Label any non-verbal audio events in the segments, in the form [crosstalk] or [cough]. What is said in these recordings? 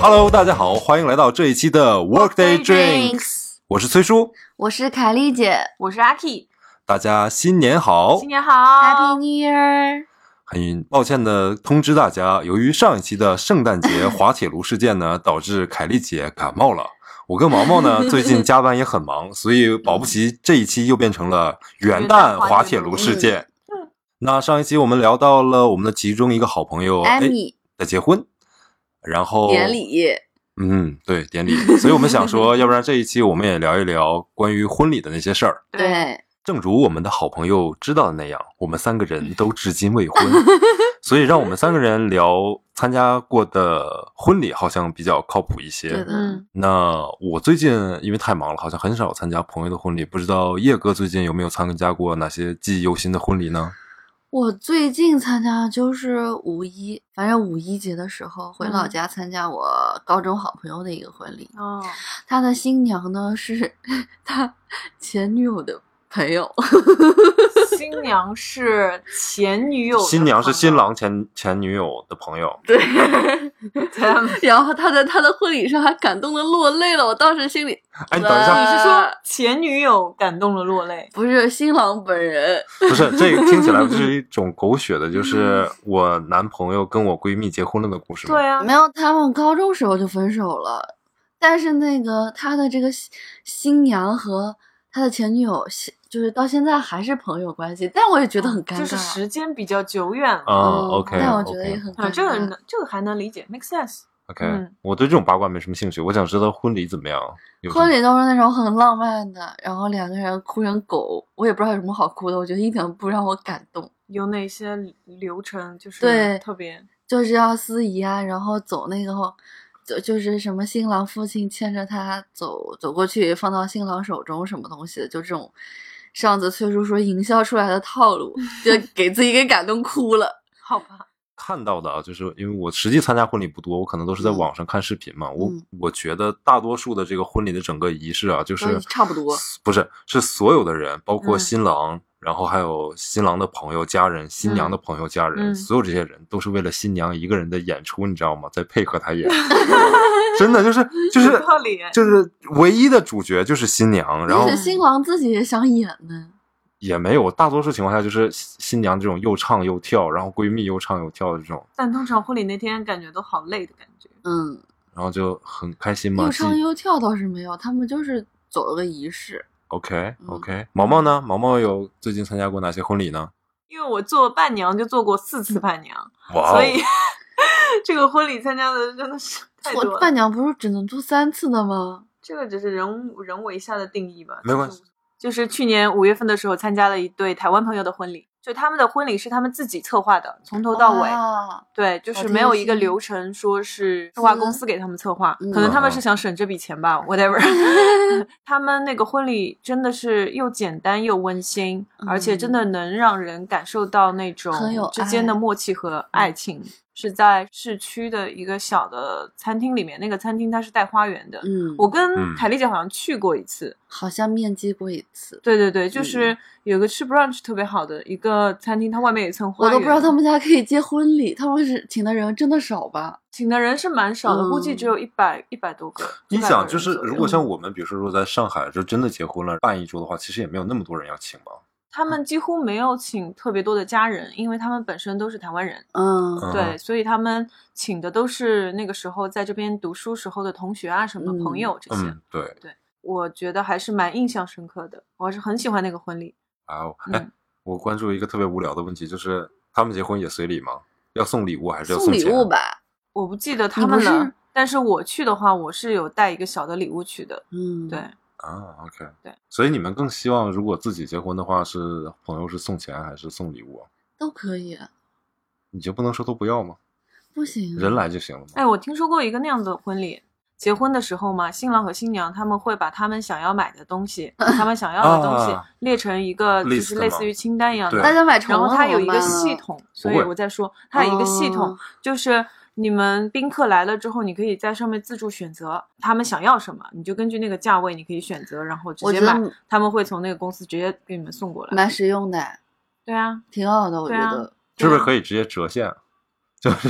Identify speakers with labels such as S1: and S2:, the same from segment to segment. S1: Hello，大家好，欢迎来到这一期的 Workday Drinks，我是崔叔，
S2: 我是凯丽姐
S3: 我是阿 K，
S1: 大家新年好
S3: 新。年好
S2: ，Happy New Year！
S1: 很抱歉的通知大家，由于上一期的圣诞 [laughs] 节滑铁卢事件呢，导致凯丽姐感冒了。我跟毛毛呢， [laughs] 最近加班也很忙，所以保不齐这一期又变成了元旦滑铁卢事件。那上一期我们聊到了我们的其中一个好朋友哎
S2: 艾
S1: 哦
S2: 米
S1: 的结婚，然后
S2: 典礼，
S1: 嗯，对，典礼。所以我们想说，要不然这一期我们也聊一聊关于婚礼的那些事儿。
S2: 对，
S1: 正如我们的好朋友知道的那样，我们三个人都至今未婚，所以让我们三个人聊参加过的婚礼好像比较靠谱一
S2: 对
S1: 些
S2: 的。
S3: 嗯，
S1: 那我最近因为太忙了，好像很少参加朋友的婚礼，不知道叶哥最近有没有参加过哪些记忆犹新的婚礼呢？
S2: 我最近参加的就是五一，反正五一节的时候回老家参加我高中好朋友的一个婚礼，
S3: 哦，
S2: 他的新娘呢是 [laughs] 他前女友的朋友，
S3: 新娘是前女友的朋友，
S1: 新娘是新郎前前女友的朋友，
S2: 对，
S3: 天哪。
S2: [laughs] 然后他在他的婚礼上还感动的落泪了，我当时心里
S1: 哎，你等一下，
S3: [laughs] 你是说
S2: 呃
S3: 前女友感动了落泪？
S2: 不是新郎本人，
S1: [laughs] 不是这个听起来不是一种狗血的，
S2: 嗯
S1: 就是我男朋友跟我闺蜜结婚了的故事吗？
S3: 对啊
S2: 没，有，他们高中时候就分手了，但是那个他的这个新新娘和他的前女友，现就是到现在还是朋友关系，但我也觉得很尴尬。啊
S3: 就是时间比较久远了。
S1: 啊
S2: 嗯
S1: ，OK，
S2: 但我觉得也很
S3: 啊，
S2: 尴
S3: 这个
S2: 尬。
S3: 能这个还能理解，make sense。
S1: OK，
S3: 嗯
S1: 我对这种八卦没什么兴趣，我想知道婚礼怎么样。有什么
S2: 婚礼都是那种很浪漫的，然后两个人哭成狗，我也不知道有什么好哭的，我觉得一点都不让我感动，
S3: 有哪些流程就是
S2: 对
S3: 特别
S2: 就是要司仪啊，然后走那个后，就就是什么新郎父亲牵着他走走过去，放到新郎手中什么东西的，就这种。上次崔叔说营销出来的套路，
S1: [laughs]
S2: 就给自己给感动哭了。
S3: 好吧？
S1: 看到的啊，就是因为我实际参加婚礼不多，我可能都是在
S2: 嗯
S1: 网上看视频嘛。我
S2: 嗯
S1: 我觉得大多数的这个婚礼的整个仪式啊，就是
S2: 都差不多，
S1: 不是是所有的人，包括
S3: 嗯
S1: 新郎，然后还有新郎的朋友、家人、新娘的朋友、家人，
S3: 嗯
S1: 所有这些人都是为了新娘一个人的演出，你知道吗？在配合她演，
S3: [laughs]
S1: 真的就是就是
S3: 有道理
S1: 就是唯一的主角就是新娘， [laughs]
S3: [laughs]
S1: 然后
S2: 也许新郎自己也想演呢。
S1: 也没有，大多数情况下就是新新娘这种又唱又跳，然后闺蜜又唱又跳的这种，
S3: 但通常婚礼那天感觉都好累的感觉。
S2: 嗯，
S1: 然后就很开心嘛。
S2: 又
S1: 既
S2: 唱又跳倒是没有，他们就是走了个仪式。
S1: OK
S2: 嗯
S1: OK，、毛毛呢？毛毛有最近参加过哪些婚礼呢？
S3: 因为我做伴娘就做过四
S2: 嗯
S3: 次伴娘，
S1: 哇哦
S3: 所以 [laughs] 这个婚礼参加的真的是太多
S2: 我
S3: 了。
S2: 伴娘不是只能做三次的吗？
S3: 这个只是人人为下的定义吧，
S1: 没关系
S3: 就是。就是去年五月份的时候参加了一对台湾朋友的婚礼，就他们的婚礼是他们自己策划的，从头到尾，
S2: 哇
S3: 对，就
S2: 好
S3: 是
S2: 贴
S3: 没有一个
S2: 心
S3: 流程说是策划公司给他们策划，
S2: 嗯
S3: 可能他们
S1: 嗯
S3: 是想省这笔钱吧，whatever。他们那个婚礼真的是又简单又温馨，而且真的能让人感受到那种
S2: 很有
S3: 之间的
S2: 爱
S3: 默契和爱情。是在市区的一个小的餐厅里面，那个餐厅它是带花园的，
S2: 嗯，
S3: 我
S2: 我
S3: 跟
S1: 嗯
S3: 凯丽姐好像去过一次，
S2: 好像面基过一次，
S3: 对对
S2: 嗯
S3: 对，就是有个吃 brunch 特别好的一个餐厅，它外面有一层花
S2: 我都
S3: 园，
S2: 不知道他们家可以接婚礼，他们是请的人真的少吧？
S3: 请的人是蛮少的，
S2: 嗯
S3: 估计只有一百一百多个。
S1: 你
S3: 100个
S1: 想，
S3: 人
S1: 就是
S3: 左右
S1: 如果像我们，比如说说在上海，就真的结婚了办一桌的话，其实也没有那么多人要请吧。
S3: 他们几乎没有请特别多的家人，因为他们本身都是台湾人，
S2: 嗯
S1: 嗯
S3: 对，所以他们请的都是那个时候在这边读书时候的同学啊，什么
S2: 嗯
S3: 朋友这些。
S1: 嗯，对，
S3: 我觉得还是蛮印象深刻的，我还是很喜欢那个婚礼。
S1: 哇哦，
S3: 嗯
S1: 哎，我关注一个特别无聊的问题，就是他们结婚也随礼吗？要送礼物还是要
S2: 送礼
S1: 钱？啊
S2: 物吧，
S3: 我不记得他
S2: 你不
S3: 们了，
S2: 是
S3: 但是我去的话，我是有带一个小的礼物去的。
S2: 嗯，
S3: 对，，
S1: 啊，OK，
S3: 对，
S1: 所以你们更希望如果自己结婚的话，是朋友是送钱还是送礼物啊？
S2: 都可以，
S1: 你就不能说都不要吗？
S2: 不行，
S1: 人来就行了吗？
S3: 哎，我听说过一个那样的婚礼，结婚的时候嘛，新郎和新娘他们会把他们想要买的
S2: [laughs]
S3: 东西，他们想要的东西
S1: 啊
S3: 列成一个，就
S1: List
S3: 是类
S1: 吗
S3: 似于清单一样
S1: 对
S3: 的。
S2: 大家买成
S3: 然后
S2: 了
S3: 它有一
S2: 怎么
S3: 个
S2: 办啊
S3: 系统，所以
S1: 会
S3: 我在说它有一个系统
S2: 哦，
S3: 就是你们宾客来了之后，你可以在上面自助选择他们想要什么，你就根据那个价位你可以选择，然后直
S2: 我
S3: 接
S2: 觉得
S3: 买，他们会从那个公司直接给你们送过来。
S2: 蛮实用的，
S3: 对啊，
S2: 挺好的，我觉
S3: [laughs] 对啊
S2: 得。
S1: 是不是可以直接折现？ [laughs] 就是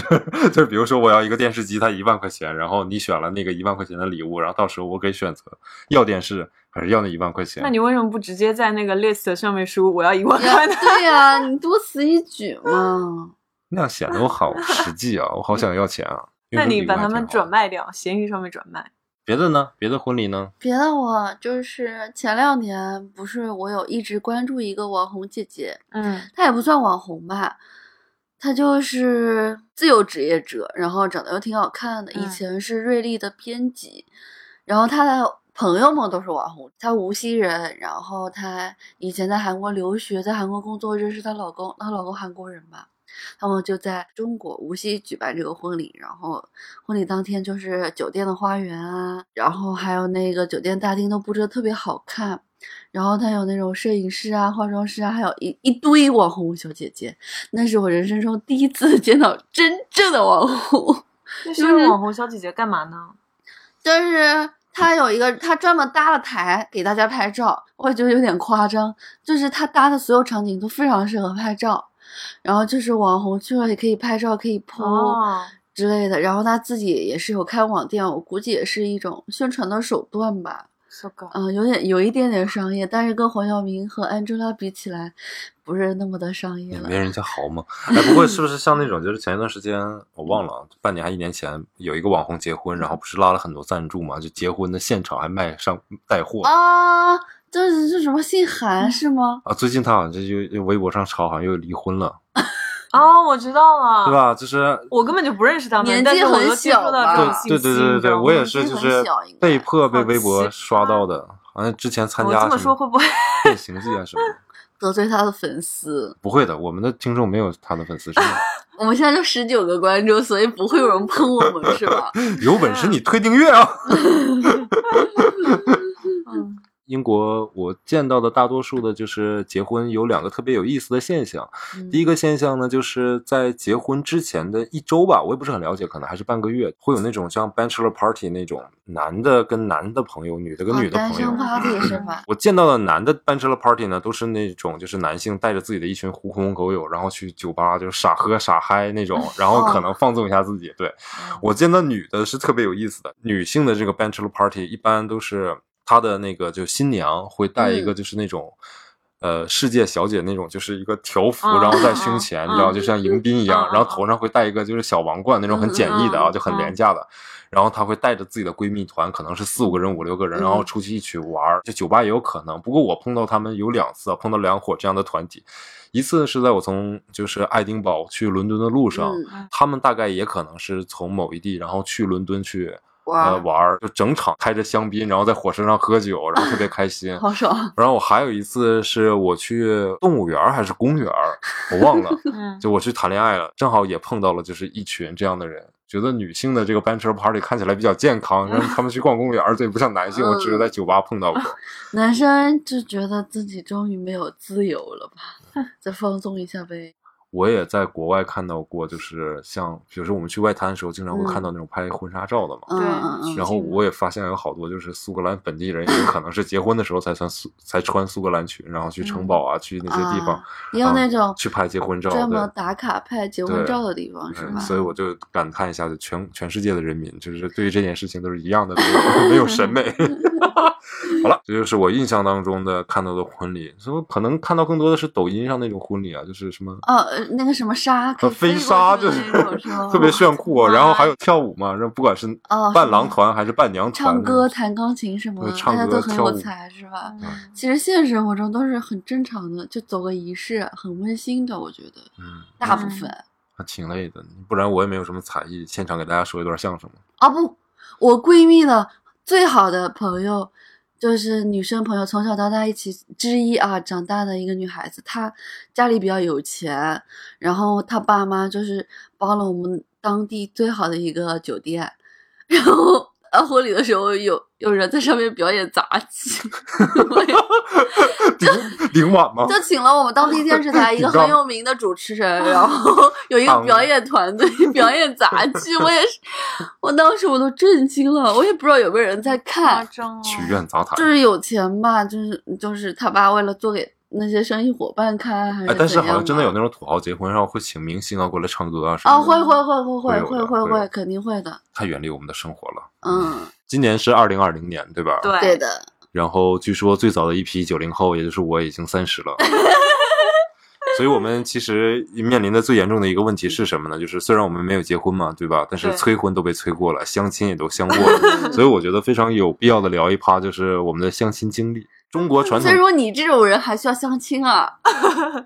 S1: 就是，比如说我要一个电视机，它一万块钱，然后你选了那个一万块钱的礼物，然后到时候我可以选择要电视还是要那一万块钱。
S3: 那你为什么不直接在那个 list 上面输我要一万块呢？
S2: 对呀、你多此一举
S3: [laughs]
S2: 嘛。
S1: 那样显得我好实际啊，我好想要钱啊。因
S3: [laughs] 那
S1: 为
S3: 你
S1: 礼物
S3: 把
S1: 还
S3: 它
S1: 挺
S3: 们
S1: 好
S3: 转卖掉，闲鱼上面转卖。
S1: 别的呢？别的婚礼呢？
S2: 别的我就是前两年不是我有一直关注一个网红姐姐，
S3: 嗯
S2: 她也不算网红吧，她就是自由职业者，然后长得又挺好看的，以
S3: 嗯
S2: 前是瑞丽的编辑，然后她的朋友们都是网红，她无锡人，然后她以前在韩国留学，在韩国工作认识她老公，她老公韩国人吧。他们就在中国无锡举办这个婚礼，然后婚礼当天就是酒店的花园啊，然后还有那个酒店大厅都布置的特别好看，然后他有那种摄影师啊、化妆师啊，还有一一堆网红小姐姐，那是我人生中第一次 [laughs] 见到真正的网红。
S3: 那
S2: 就是
S3: 网红小姐姐干嘛呢？
S2: 就是他有一个，他专门搭了台给大家拍照，我也觉得有点夸张。就是他搭的所有场景都非常适合拍照，然后就是网红去了也可以拍照，可以 PO、
S3: 哦，
S2: 之类的。然后他自己也是有开网店，我估计也是一种宣传的手段吧。
S3: so g
S2: 嗯、有点有一点点商业，但是跟黄晓明和 Angela 比起来，不是那么的商业
S1: 也
S2: 了
S1: 没。人家好
S3: [laughs]
S1: 嘛。哎，不过是不是像那种，就是前一段时间我忘了，半年还一年前有一个网红结婚，然后不是拉了很多赞助嘛，就结婚的现场还卖上带货
S3: 哦
S2: 啊，这是这什么姓韩是吗？
S1: 啊。最近他好像就又微博上炒，好像又离婚了，
S3: 哦，我知道了，
S1: 对？吧？就是
S3: 我根本就不认识他们，
S2: 年纪
S3: 但是我
S2: 很
S3: 都接触
S2: 小
S3: 到
S2: 吧
S3: 这种
S2: 啊
S3: 信
S1: 对对
S3: 息
S1: 对对
S3: 你知
S1: 对，
S3: 道吗
S1: 我也是，
S2: 年纪
S1: 就
S2: 很
S1: 是
S2: 小应该
S1: 被迫被
S3: 好
S1: 微博
S3: 奇
S1: 刷
S3: 怪
S1: 到的，好像之前参
S3: 我
S1: 加
S3: 这么
S1: 什
S3: 说
S1: 么
S3: 会不会
S1: 变形记啊什么的。
S2: [laughs] 得罪他的粉丝，
S1: 不会的，我们的听众没有他的粉丝数，
S3: [laughs]
S2: 我们现在就十九个关注，所以不会有人喷我们是
S1: [laughs]
S2: 吧？
S1: 有本事你推订阅
S3: [laughs]
S1: 啊！
S3: 嗯
S1: 英国我见到的大多数的就是结婚有两个特别有意思的现象。
S3: 嗯
S1: 第一
S2: 个，
S1: 个现象呢，就是在结婚之前的一周吧，我也不是很了解，可能还是半个月，会有那种像 bachelor party 那种男的跟男的朋友，女的
S3: 哦
S1: 跟
S2: 啊
S1: 女的
S2: 单
S1: 朋友。
S2: 身 party 是
S1: [laughs]
S2: 吧？嗯
S1: 我见到的男的 bachelor party 呢，都是那种就是男性带着自己的一群狐朋狗友，然后去酒吧就是傻喝傻嗨那
S3: [laughs]
S1: 种，然后
S3: 哦
S1: 可能放纵一下自己。对，
S3: 嗯
S1: 我见到女的是特别有意思的，女性的这个 bachelor party 一般都是她的那个就新娘会带
S3: 嗯
S1: 一个就是那种。呃，世界小姐那种，就是一个条幅，
S3: 嗯
S1: 然后在胸前，
S3: 嗯
S1: 你知道，就像迎宾一样，
S3: 嗯嗯
S1: 然后头上会戴一个就是小王冠那种很简易的啊，
S3: 嗯嗯
S1: 就很
S3: 嗯
S1: 廉价的，然后她会带着自己的闺蜜团，可能是四五个人、五六个人，
S2: 嗯
S1: 然后出去一起玩儿。就酒吧也有可能，不过我碰到他们有两次啊，碰到两伙这样的团体，一次是在我从就是爱丁堡去伦敦的路上，
S2: 嗯，
S1: 他们大概也可能是从某一地，然后去伦敦去呃
S2: 哇，
S1: 玩儿，就整场开着香槟，然后在火车上喝酒，然后特别开心。
S2: [laughs] 好爽！
S1: 然后我还有一次是我去动物园儿还是公园儿，我忘了。
S3: 嗯，
S1: 就我去谈恋爱了，正好也碰到了就是一群这样的人，觉得女性的这个 bachelor party 看起来比较健康，让他们去逛公园儿，对，不像男性，我只
S2: 嗯
S1: 有在酒吧碰到过。 [laughs]
S2: 男生就觉得自己终于没有自由了吧？再放纵一下呗。
S1: 我也在国外看到过，就是像比如说我们去外滩的时候，经常会看到那种拍婚纱照的嘛。
S2: 嗯
S3: 对
S2: 嗯嗯，
S1: 然后我也发现有好多就是苏格兰本地人，也有可能是结婚的时候才穿苏才穿苏格兰裙，然后去城堡啊，去那些地方
S2: 嗯啊，也有那
S1: 啊
S2: 种
S1: 去拍结婚照，
S2: 专
S1: 对
S2: 门打卡拍结婚
S1: 对
S2: 照的地方是
S1: 嗯
S2: 吧？
S1: 所以我就感叹一下，就全全世界的人民，就是对于这件事情都是一样的，没有 [laughs] 没有审美。好了，这就是我印象当中的看到的婚礼。说可能看到更多的是抖音上那种婚礼啊，就是什么
S2: 哦，呃那个什么沙可以
S1: 飞
S2: 过
S1: 沙，
S2: 去
S1: 就
S2: 的
S1: 是
S2: 那种是吗
S1: 特别炫酷啊。
S3: 哇
S1: 然后还有跳舞嘛，然后不管是
S2: 哦
S1: 伴郎团还是伴娘团，
S2: 唱歌、弹钢琴什么的，
S1: 对
S2: 大
S1: 唱
S2: 家
S1: 歌
S2: 都很
S1: 跳
S2: 有
S1: 舞
S2: 才是
S1: 啊
S2: 吧？
S3: 嗯
S2: 其实现实生活中都是很正常的，就走个仪式，很温馨的，我觉得
S1: 嗯，
S2: 大部
S3: 嗯
S2: 分。
S1: 还挺累的。不然我也没有什么才艺，现场给大家说一段 [laughs] 相声嘛。
S2: 啊不，我闺蜜的最好的朋友就是女生朋友，从小到大一起之一啊长大的一个女孩子，她家里比较有钱，然后她爸妈就是包了我们当地最好的一个酒店，然后。啊，婚礼的时候有有人在上面表演杂技，我也
S1: 顶顶碗吗？ [laughs]
S2: 就请了我们当地电视台一个很有名的主持人，然后有一个表演团队表演杂剧，我也是， [laughs] 我当时我都震惊了，我也不知道有没有人在
S3: 夸
S2: 看，
S3: 张哦，
S1: 曲苑杂谈
S2: 就。是有钱吧，就是就是他爸为了做给那些生意伙伴看，啊还是
S1: 哎，但是
S2: 怎
S1: 好像
S2: 样
S1: 真的
S2: 吧
S1: 有那种土豪结婚，然后会请明星啊过来唱歌啊什
S2: 啊，
S1: 么的，
S2: 会会会会
S1: 会
S2: 会
S1: 有的
S2: 会
S1: 会有
S2: 会，肯定会的。
S1: 太远离我们的生活了。，
S2: 嗯，
S1: 今年是二零二零年，对吧？。
S3: 对
S2: 对的，
S1: 然后据说最早的一批九零后，也就是我，已经三十
S2: [laughs]
S1: 了。所以我们其实面临的最严重的一个问题是什么呢？就是虽然我们没有结婚嘛，对吧？但是
S3: 对
S1: 催婚都被催过了，相亲也都相过了， [laughs]
S2: [laughs]
S1: 所以 [laughs] 我觉得非常有必要的聊一趴，就是我们的相亲经历。中国传统
S2: 嗯所以，说你这种人还需要相亲啊？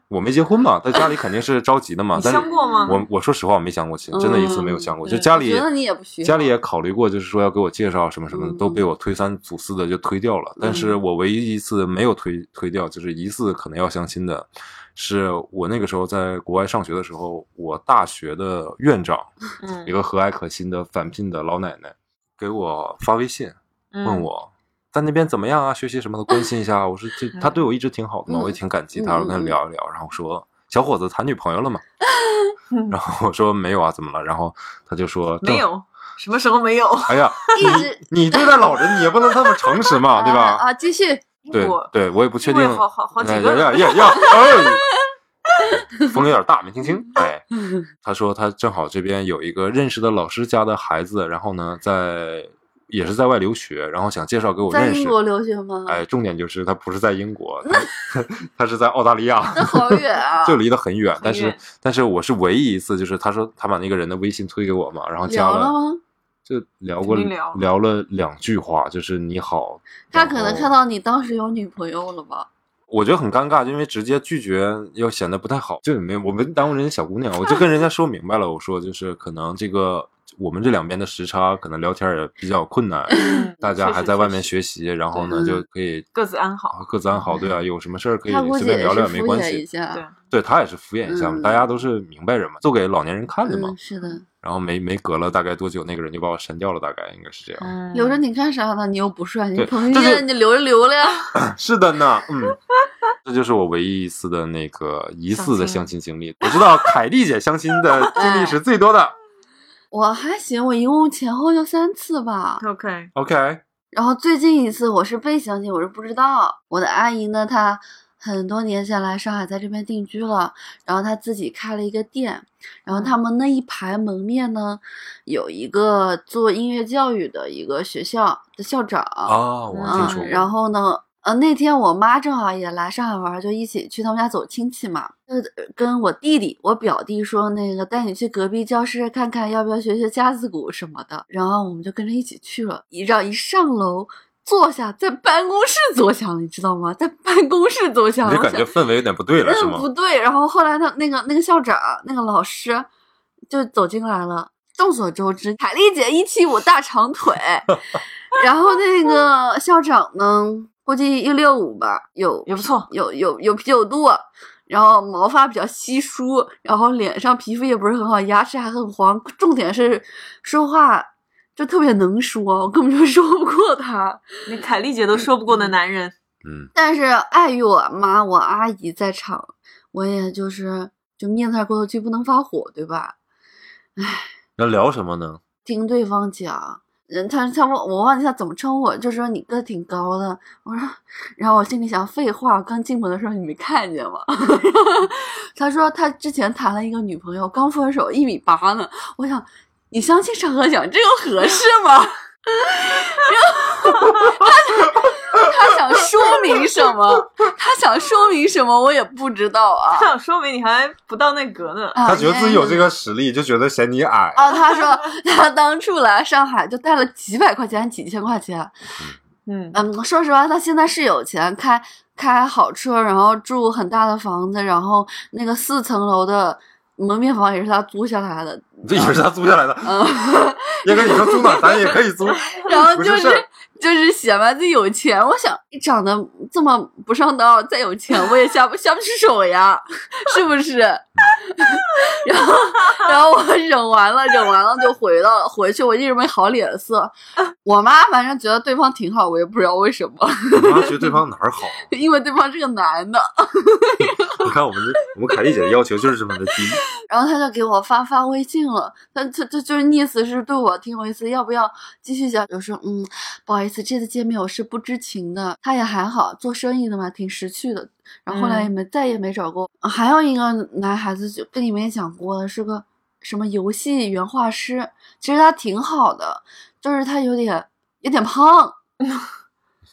S1: 我没结婚嘛，在家里肯定是着急的嘛。
S3: 你
S1: 但是
S3: 相过吗？
S1: 我我说实话，我没相过亲，真的一次没有相过，就家里
S2: 啊嗯我觉得你也不需要
S1: 家里也考虑过，就是说要给我介绍什么什么的，
S2: 嗯
S1: 都被我推三阻四的就推掉了。但是我唯一一次没有推推掉，就是一次可能要相亲的，是我那个时候在国外上学的时候，我大学的院长，一
S3: 嗯，
S1: 个和蔼可亲的返聘的老奶奶，给我发微信问
S3: 嗯，
S1: 我。在那边怎么样啊？学习什么的，关心一下。我说
S2: [laughs]
S1: 这
S3: 嗯
S1: 他对我一直挺好的嘛，
S2: 嗯
S1: 我也挺感激他。
S2: 嗯嗯
S1: 我跟他
S2: 嗯
S1: 聊一聊，然后说小伙子谈女朋友
S2: [laughs]
S1: 了吗？然后我说没有啊，怎么了？然后他就说
S3: 没。
S1: 正
S3: 有，什么时候没有？
S1: 哎
S3: [laughs]
S1: 呀，
S2: 一直
S1: 你对待老人你也不能这么诚实嘛，对吧？
S2: 啊，继续，
S1: [laughs] 对
S3: 我
S1: 对，我也不确定
S3: 因为。好好好几
S1: 哎
S3: 个
S1: 呀
S3: 人，
S1: 呀
S3: [laughs]
S1: 呀！哎，风有点大，没听清。哎，他说他正好这边有一个认识的老师家的孩子，然后呢，在也是在外留学，然后想介绍给我
S2: 在
S1: 认识
S2: 英。国留学吗？
S1: 哎，重点就是他不是在英国，他 [laughs] 他是在澳大利亚。！
S2: 那好远啊
S1: [laughs] 就离得很远，但是
S3: 远
S1: 但是我是唯一一次，就是他说他把那个人的微信推给我嘛，然后加
S2: 聊了吗？
S1: 就聊过
S3: 肯定聊
S1: 聊了两句话，就是你好。
S2: 他
S1: 然
S2: 可能
S1: 后
S2: 看到你当时有女朋友了吧？
S1: 我觉得很尴尬，因为直接拒绝又显得不太好，就没我没耽误人家小姑娘，我就跟人家说明白了，我说就是可能这个我们这两边的时差，可能聊天也比较困难，
S3: 嗯
S1: 大家
S3: 确实
S1: 还在外面
S3: 确
S1: 学
S3: 实
S1: 习，然后呢
S2: 嗯
S1: 就可以
S3: 各自安好。
S1: 啊各自安好，对啊，有什么事儿可以
S2: 他估
S1: 随
S2: 计
S1: 便
S2: 也
S1: 聊
S2: 是
S1: 聊，没
S2: 敷
S1: 关
S2: 衍一
S1: 系。
S3: 对
S2: 下。
S1: 对他也是敷衍一下嘛，
S2: 嗯
S1: 大家都是明白人嘛，做给老年人看的嘛。
S2: 嗯，是的。
S1: 然后没没隔了大概多久，那个人就把我删掉了，大概应该是这样。
S3: 嗯
S2: 留着你干啥呢？你又不帅，你
S1: 对
S2: 彭于
S1: 这是
S2: 晏你留着留了呀。
S1: 是的呢，嗯，这就是我唯一一次的那个疑似的相
S3: 相
S1: 亲经历。我知道凯丽姐相亲的经历是最多
S2: 嗯
S1: 的。
S2: 我还行，我一共前后就三次吧。
S3: OK，
S2: [laughs]
S1: OK，
S2: 然后最近一次我是被相亲，我是不知道。我的阿姨呢，她很多年前来上海，在这边定居了，然后她自己开了一个店，然后他们那一排门面呢，有一个做音乐教育的一个学校的校长，
S1: 啊，我听说
S2: 嗯，
S1: 过。
S2: 然后呢，呃，那天我妈正好也来上海玩儿，就一起去他们家走亲戚嘛。就跟我弟弟、我表弟说，那个带你去隔壁教室看看，要不要学学架子鼓什么的。然后我们就跟着一起去了。一让一上楼坐下，在办公室坐下了，你知道吗？在办公室坐下了，
S1: 你
S2: 我
S1: 感觉
S2: 想
S1: 氛围有点不对了，是
S2: 嗯，
S1: 吗
S2: 不？对。然后后来他那个那个校长那个老师就走进来了。众所周知，凯丽姐一七五大
S1: [laughs]
S2: 长腿，然后那个校长呢，估计一六五吧，有
S3: 也不错。
S2: 有有有啤酒肚，然后毛发比较稀疏，然后脸上皮肤也不是很好，牙齿还很黄，重点是说话就特别能说，我根本就说不过他。
S3: 你凯丽姐都说不过的男人，
S1: 嗯，
S2: 但是碍于我妈、我阿姨在场，我也就是就面子上过得去，不能发火，对吧？
S1: 要聊什么呢？
S2: 听对方讲，人他他问我忘记他怎么称呼我，就说你个挺高的。我说，然后我心里想，废话，我刚进门的时候你没看见吗？ [laughs] 他说他之前谈了一个女朋友，刚分手，一米八呢。我想，你相亲场合讲这个合适吗？ [laughs] 然后他他想说明什么？他想说明什么？我也不知道啊。
S3: 这样 [laughs] 说明你还不到那格呢。
S2: 啊
S1: 他觉得自己有
S2: 原来
S1: 这个实力，就觉得嫌你矮。 [laughs]
S2: 啊，他说他当初来上海就带了几百块钱、几千块钱。
S3: 嗯，
S2: 嗯，说实话，他现在是有钱，开开好车，然后住很大的房子，然后那个四层楼的门面房也是他租下来的。
S1: 你这也是他租下
S2: [laughs]
S1: 来的。
S2: 嗯，
S1: 要跟你说租哪，咱也可以租。
S2: [laughs] 然后
S1: 不
S2: 就是
S1: 事儿
S2: 是就是显摆自己有钱。我想，你长得这么不上道，再有钱我也下不下不去手呀， [laughs] 是不是？然后然后我忍完了，忍完了就回到回去，我一直没好脸色。我妈反正觉得对方挺好，我也不知道为什么， [laughs]
S1: 你妈觉得对方哪儿好？
S2: 因为对方是个男的。
S1: 你看我们这我们凯丽姐的要求就是这么的低。
S2: 然后他就给我发发微信了，他他他就是意思是对我挺有意思，要不要继续讲？我说嗯，不好意思，这次见面我是不知情的。他也还好，做生意的嘛，挺识趣的。然后后
S1: 嗯
S2: 来也没、再也没找过。啊还有一个男孩子就跟你们也讲过的，是个什么游戏原画师，其实他挺好的，就是他有点有点胖，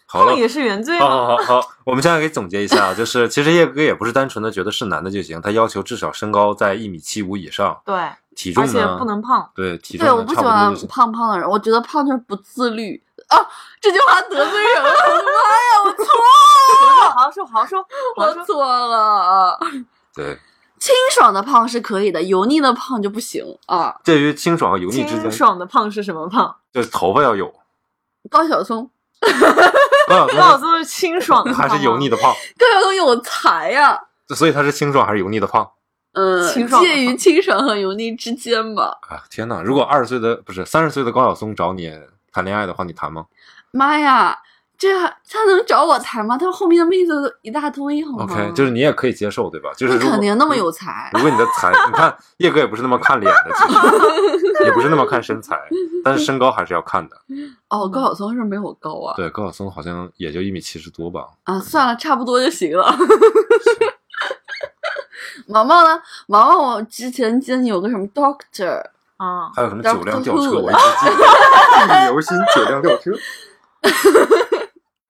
S1: 好了
S3: 胖，也是原罪啊
S1: 好
S3: 吗？
S1: 好好好，我们现在给总结一下，就是其实叶哥也不是单纯的觉得是男的就行，他要求至少身高在一米七五以上，
S3: 对，
S1: 体重
S3: 而
S1: 呢
S3: 且不能胖。
S1: 对体重
S2: 对，
S1: 呢
S2: 我不
S1: 差
S2: 喜
S1: 不多
S2: 欢
S1: 就行。
S2: 胖胖的人，我觉得胖就是不自律。啊，这句话得罪
S1: [laughs]
S2: 人了，我的妈呀，我错，
S3: 好好说，好好 [laughs] 说，好好
S2: 我
S3: 说。
S2: 错了。啊
S1: 对，
S2: 清爽的胖是可以的，油腻的胖就不行啊。
S1: 介于清爽和油腻之啊
S3: 清
S1: 间，
S3: 爽的胖是什么 [laughs] 胖？
S1: 就是头发要
S2: [laughs]
S1: 有，
S2: 高晓松，
S1: 高
S3: 老
S1: 晓
S3: 子是清爽的
S1: 松 [laughs]
S3: 胖，
S1: 还是油腻。的胖，
S2: 高晓松有才呀、
S1: 所以他是清爽还是油腻的胖
S2: 嗯，
S3: 清爽
S2: 介于清爽和油腻之间吧。
S1: 啊？天哪！如果二十岁的不是三十岁的高晓松找你谈恋爱的话，你谈吗
S2: 妈呀，这还他能找我谈吗？他后面的妹子都一大堆，好吗
S1: ？OK，就是你也可以接受，对吧？就是
S2: 那
S1: 如果
S2: 肯定那么有才
S1: 如。果你的才，你看叶哥也不是那么看脸的，其实也不是那么看身材，但是身高还是要看的。
S2: 哦，高晓松是没有我高啊。
S1: 对，高晓松好像也就一米七十多吧。
S2: 啊，算了，差不多就行了。 [laughs] 毛毛呢？毛毛，我之前记得你有个什么 doctor，
S1: [laughs]
S3: 啊，
S1: 还有什么
S2: Doctor
S1: 酒量吊车，
S2: Who
S1: 我一直记得，一米游心酒量吊车，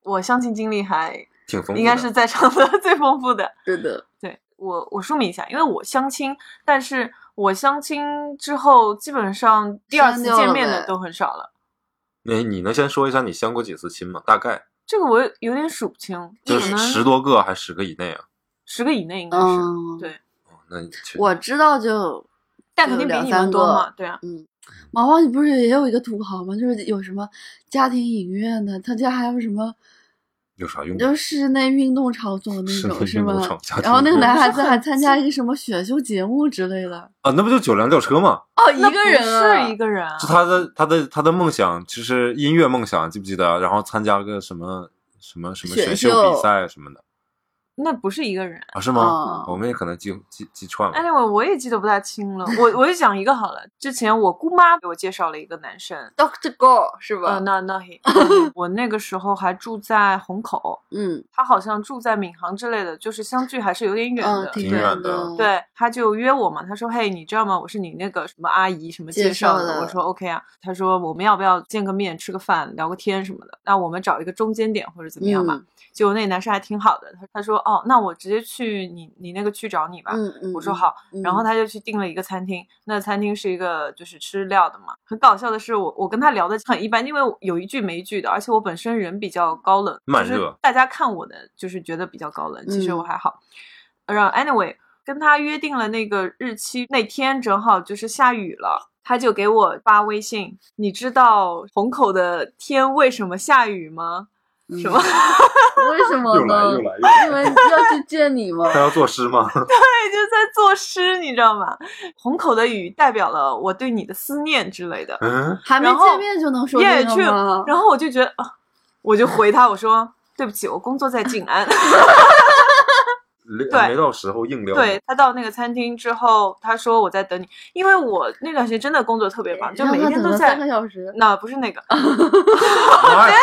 S3: 我相亲经历还
S1: [laughs] 挺丰富的。
S3: 应该是在场的 [laughs] 最丰富的。
S2: 对的，
S3: 对我，我说明一下，因为我相亲，但是我相亲之后，基本上第二
S2: 删
S3: 次
S2: 掉了
S3: 见面的
S2: 呗
S3: 都很少了。
S1: 你你能先说一下你相过几次亲吗？大概
S3: 这个我有有点数不清，
S1: 就
S3: 可
S1: 是
S3: 能
S1: 十多个还是十个以内啊？
S3: 十个以内应该是，
S2: 嗯，
S3: 对
S1: 哦那你确
S2: 我知道就
S3: 但肯定比
S2: 有
S3: 你
S2: 两
S3: 们
S2: 三
S3: 多
S2: 个
S3: 嘛，对啊，
S2: 嗯，毛毛，你不是也有一个土豪吗？就是有什么家庭影院的，他家还有什么，
S1: 有啥用？啊
S2: 就是室内运动场所那
S1: 室内
S2: 种，是
S1: 运
S2: 吗
S1: 动场家？
S2: 然后那
S1: 庭影
S2: 个男
S3: 院
S2: 孩
S3: 不
S2: 子
S3: 是
S2: 还
S3: 很
S2: 参加一个什么选秀节目之类的。
S1: 啊，那不就酒量吊车吗？
S2: 哦，一
S3: 那
S2: 个
S3: 不
S2: 人啊
S3: 是一，个人啊，
S1: 是他的他的他的梦想，就是音乐梦想，记不记得？然后参加了个什么什么什么选
S2: 选
S1: 秀
S2: 秀
S1: 比赛什么的
S3: 那不是一个人。
S1: 啊？是吗
S3: 嗯
S2: 哦？
S1: 我们也可能记记记串了。
S3: Anyway，我也记得不太清了，我我就讲一个好了。之前我姑妈给我介绍了一个男生，
S2: Doctor Go 是吧
S3: 呃，？那
S2: [laughs]
S3: 那嘿，我那个时候还住在虹口，
S2: 嗯
S3: 他好像住在闵行之类的，就是相距还是有点远
S2: 嗯
S3: 的，。
S1: 挺远
S2: 远
S1: 的
S2: 的，，
S3: 对，他就约我嘛，他说：“嘿，你知道吗？我是你那个什么阿姨什么
S2: 介
S3: 介绍
S2: 绍的
S3: 我说：“OK 啊。”他说：“我们要不要见个面，吃个饭，聊个天什么的？那我们找一个中间点或者怎么样吧。
S2: 嗯
S3: 结果那男生还挺好的，他他说：“哦，那我直接去你你那个区找你吧。
S2: 嗯嗯，
S3: 我说
S2: 嗯，
S3: 好，
S2: 嗯
S3: 然后他就去订了一个餐厅，那餐厅是一个就是吃料的嘛。很搞笑的是我，我跟他聊的很一般，因为我有一句没一句的，而且我本身人比较高冷，
S1: 慢
S3: 就是
S1: 热
S3: 大家看我的就是觉得比较高冷，其实
S2: 嗯
S3: 我还好。然后 anyway，跟他约定了那个日期，那天正好就是下雨了。他就给我发微信，你知道虹口的天为什么下雨吗？ [laughs] 什么？
S2: 嗯 [laughs] 为什么呢？
S1: 来又嗯来
S2: 因为要去见你嘛。
S1: 他要作诗 [laughs] 吗？
S3: 对，就在作诗，你知道吗？虹口的雨代表了我对你的思念之类的。
S1: 嗯，
S2: 还没
S3: 然后
S2: 见面就能说
S3: 也
S2: 这
S3: 去，
S2: 个吗？
S3: 然后我就觉得，啊我就回他，我说对不起，我工作在静安。
S1: 没
S3: 对
S1: 没到时候硬撩。
S3: [laughs] 对，他到那个餐厅之后，他说我在等你，因为我那段时间真的工作特别忙，就
S2: 让
S3: 每
S2: 他
S3: 天
S2: 等
S3: 都
S2: 了
S3: 在
S2: 三。个小时，
S3: 那不是
S2: [laughs]
S3: 那个，哦
S1: 哎
S3: 啊
S1: 呀，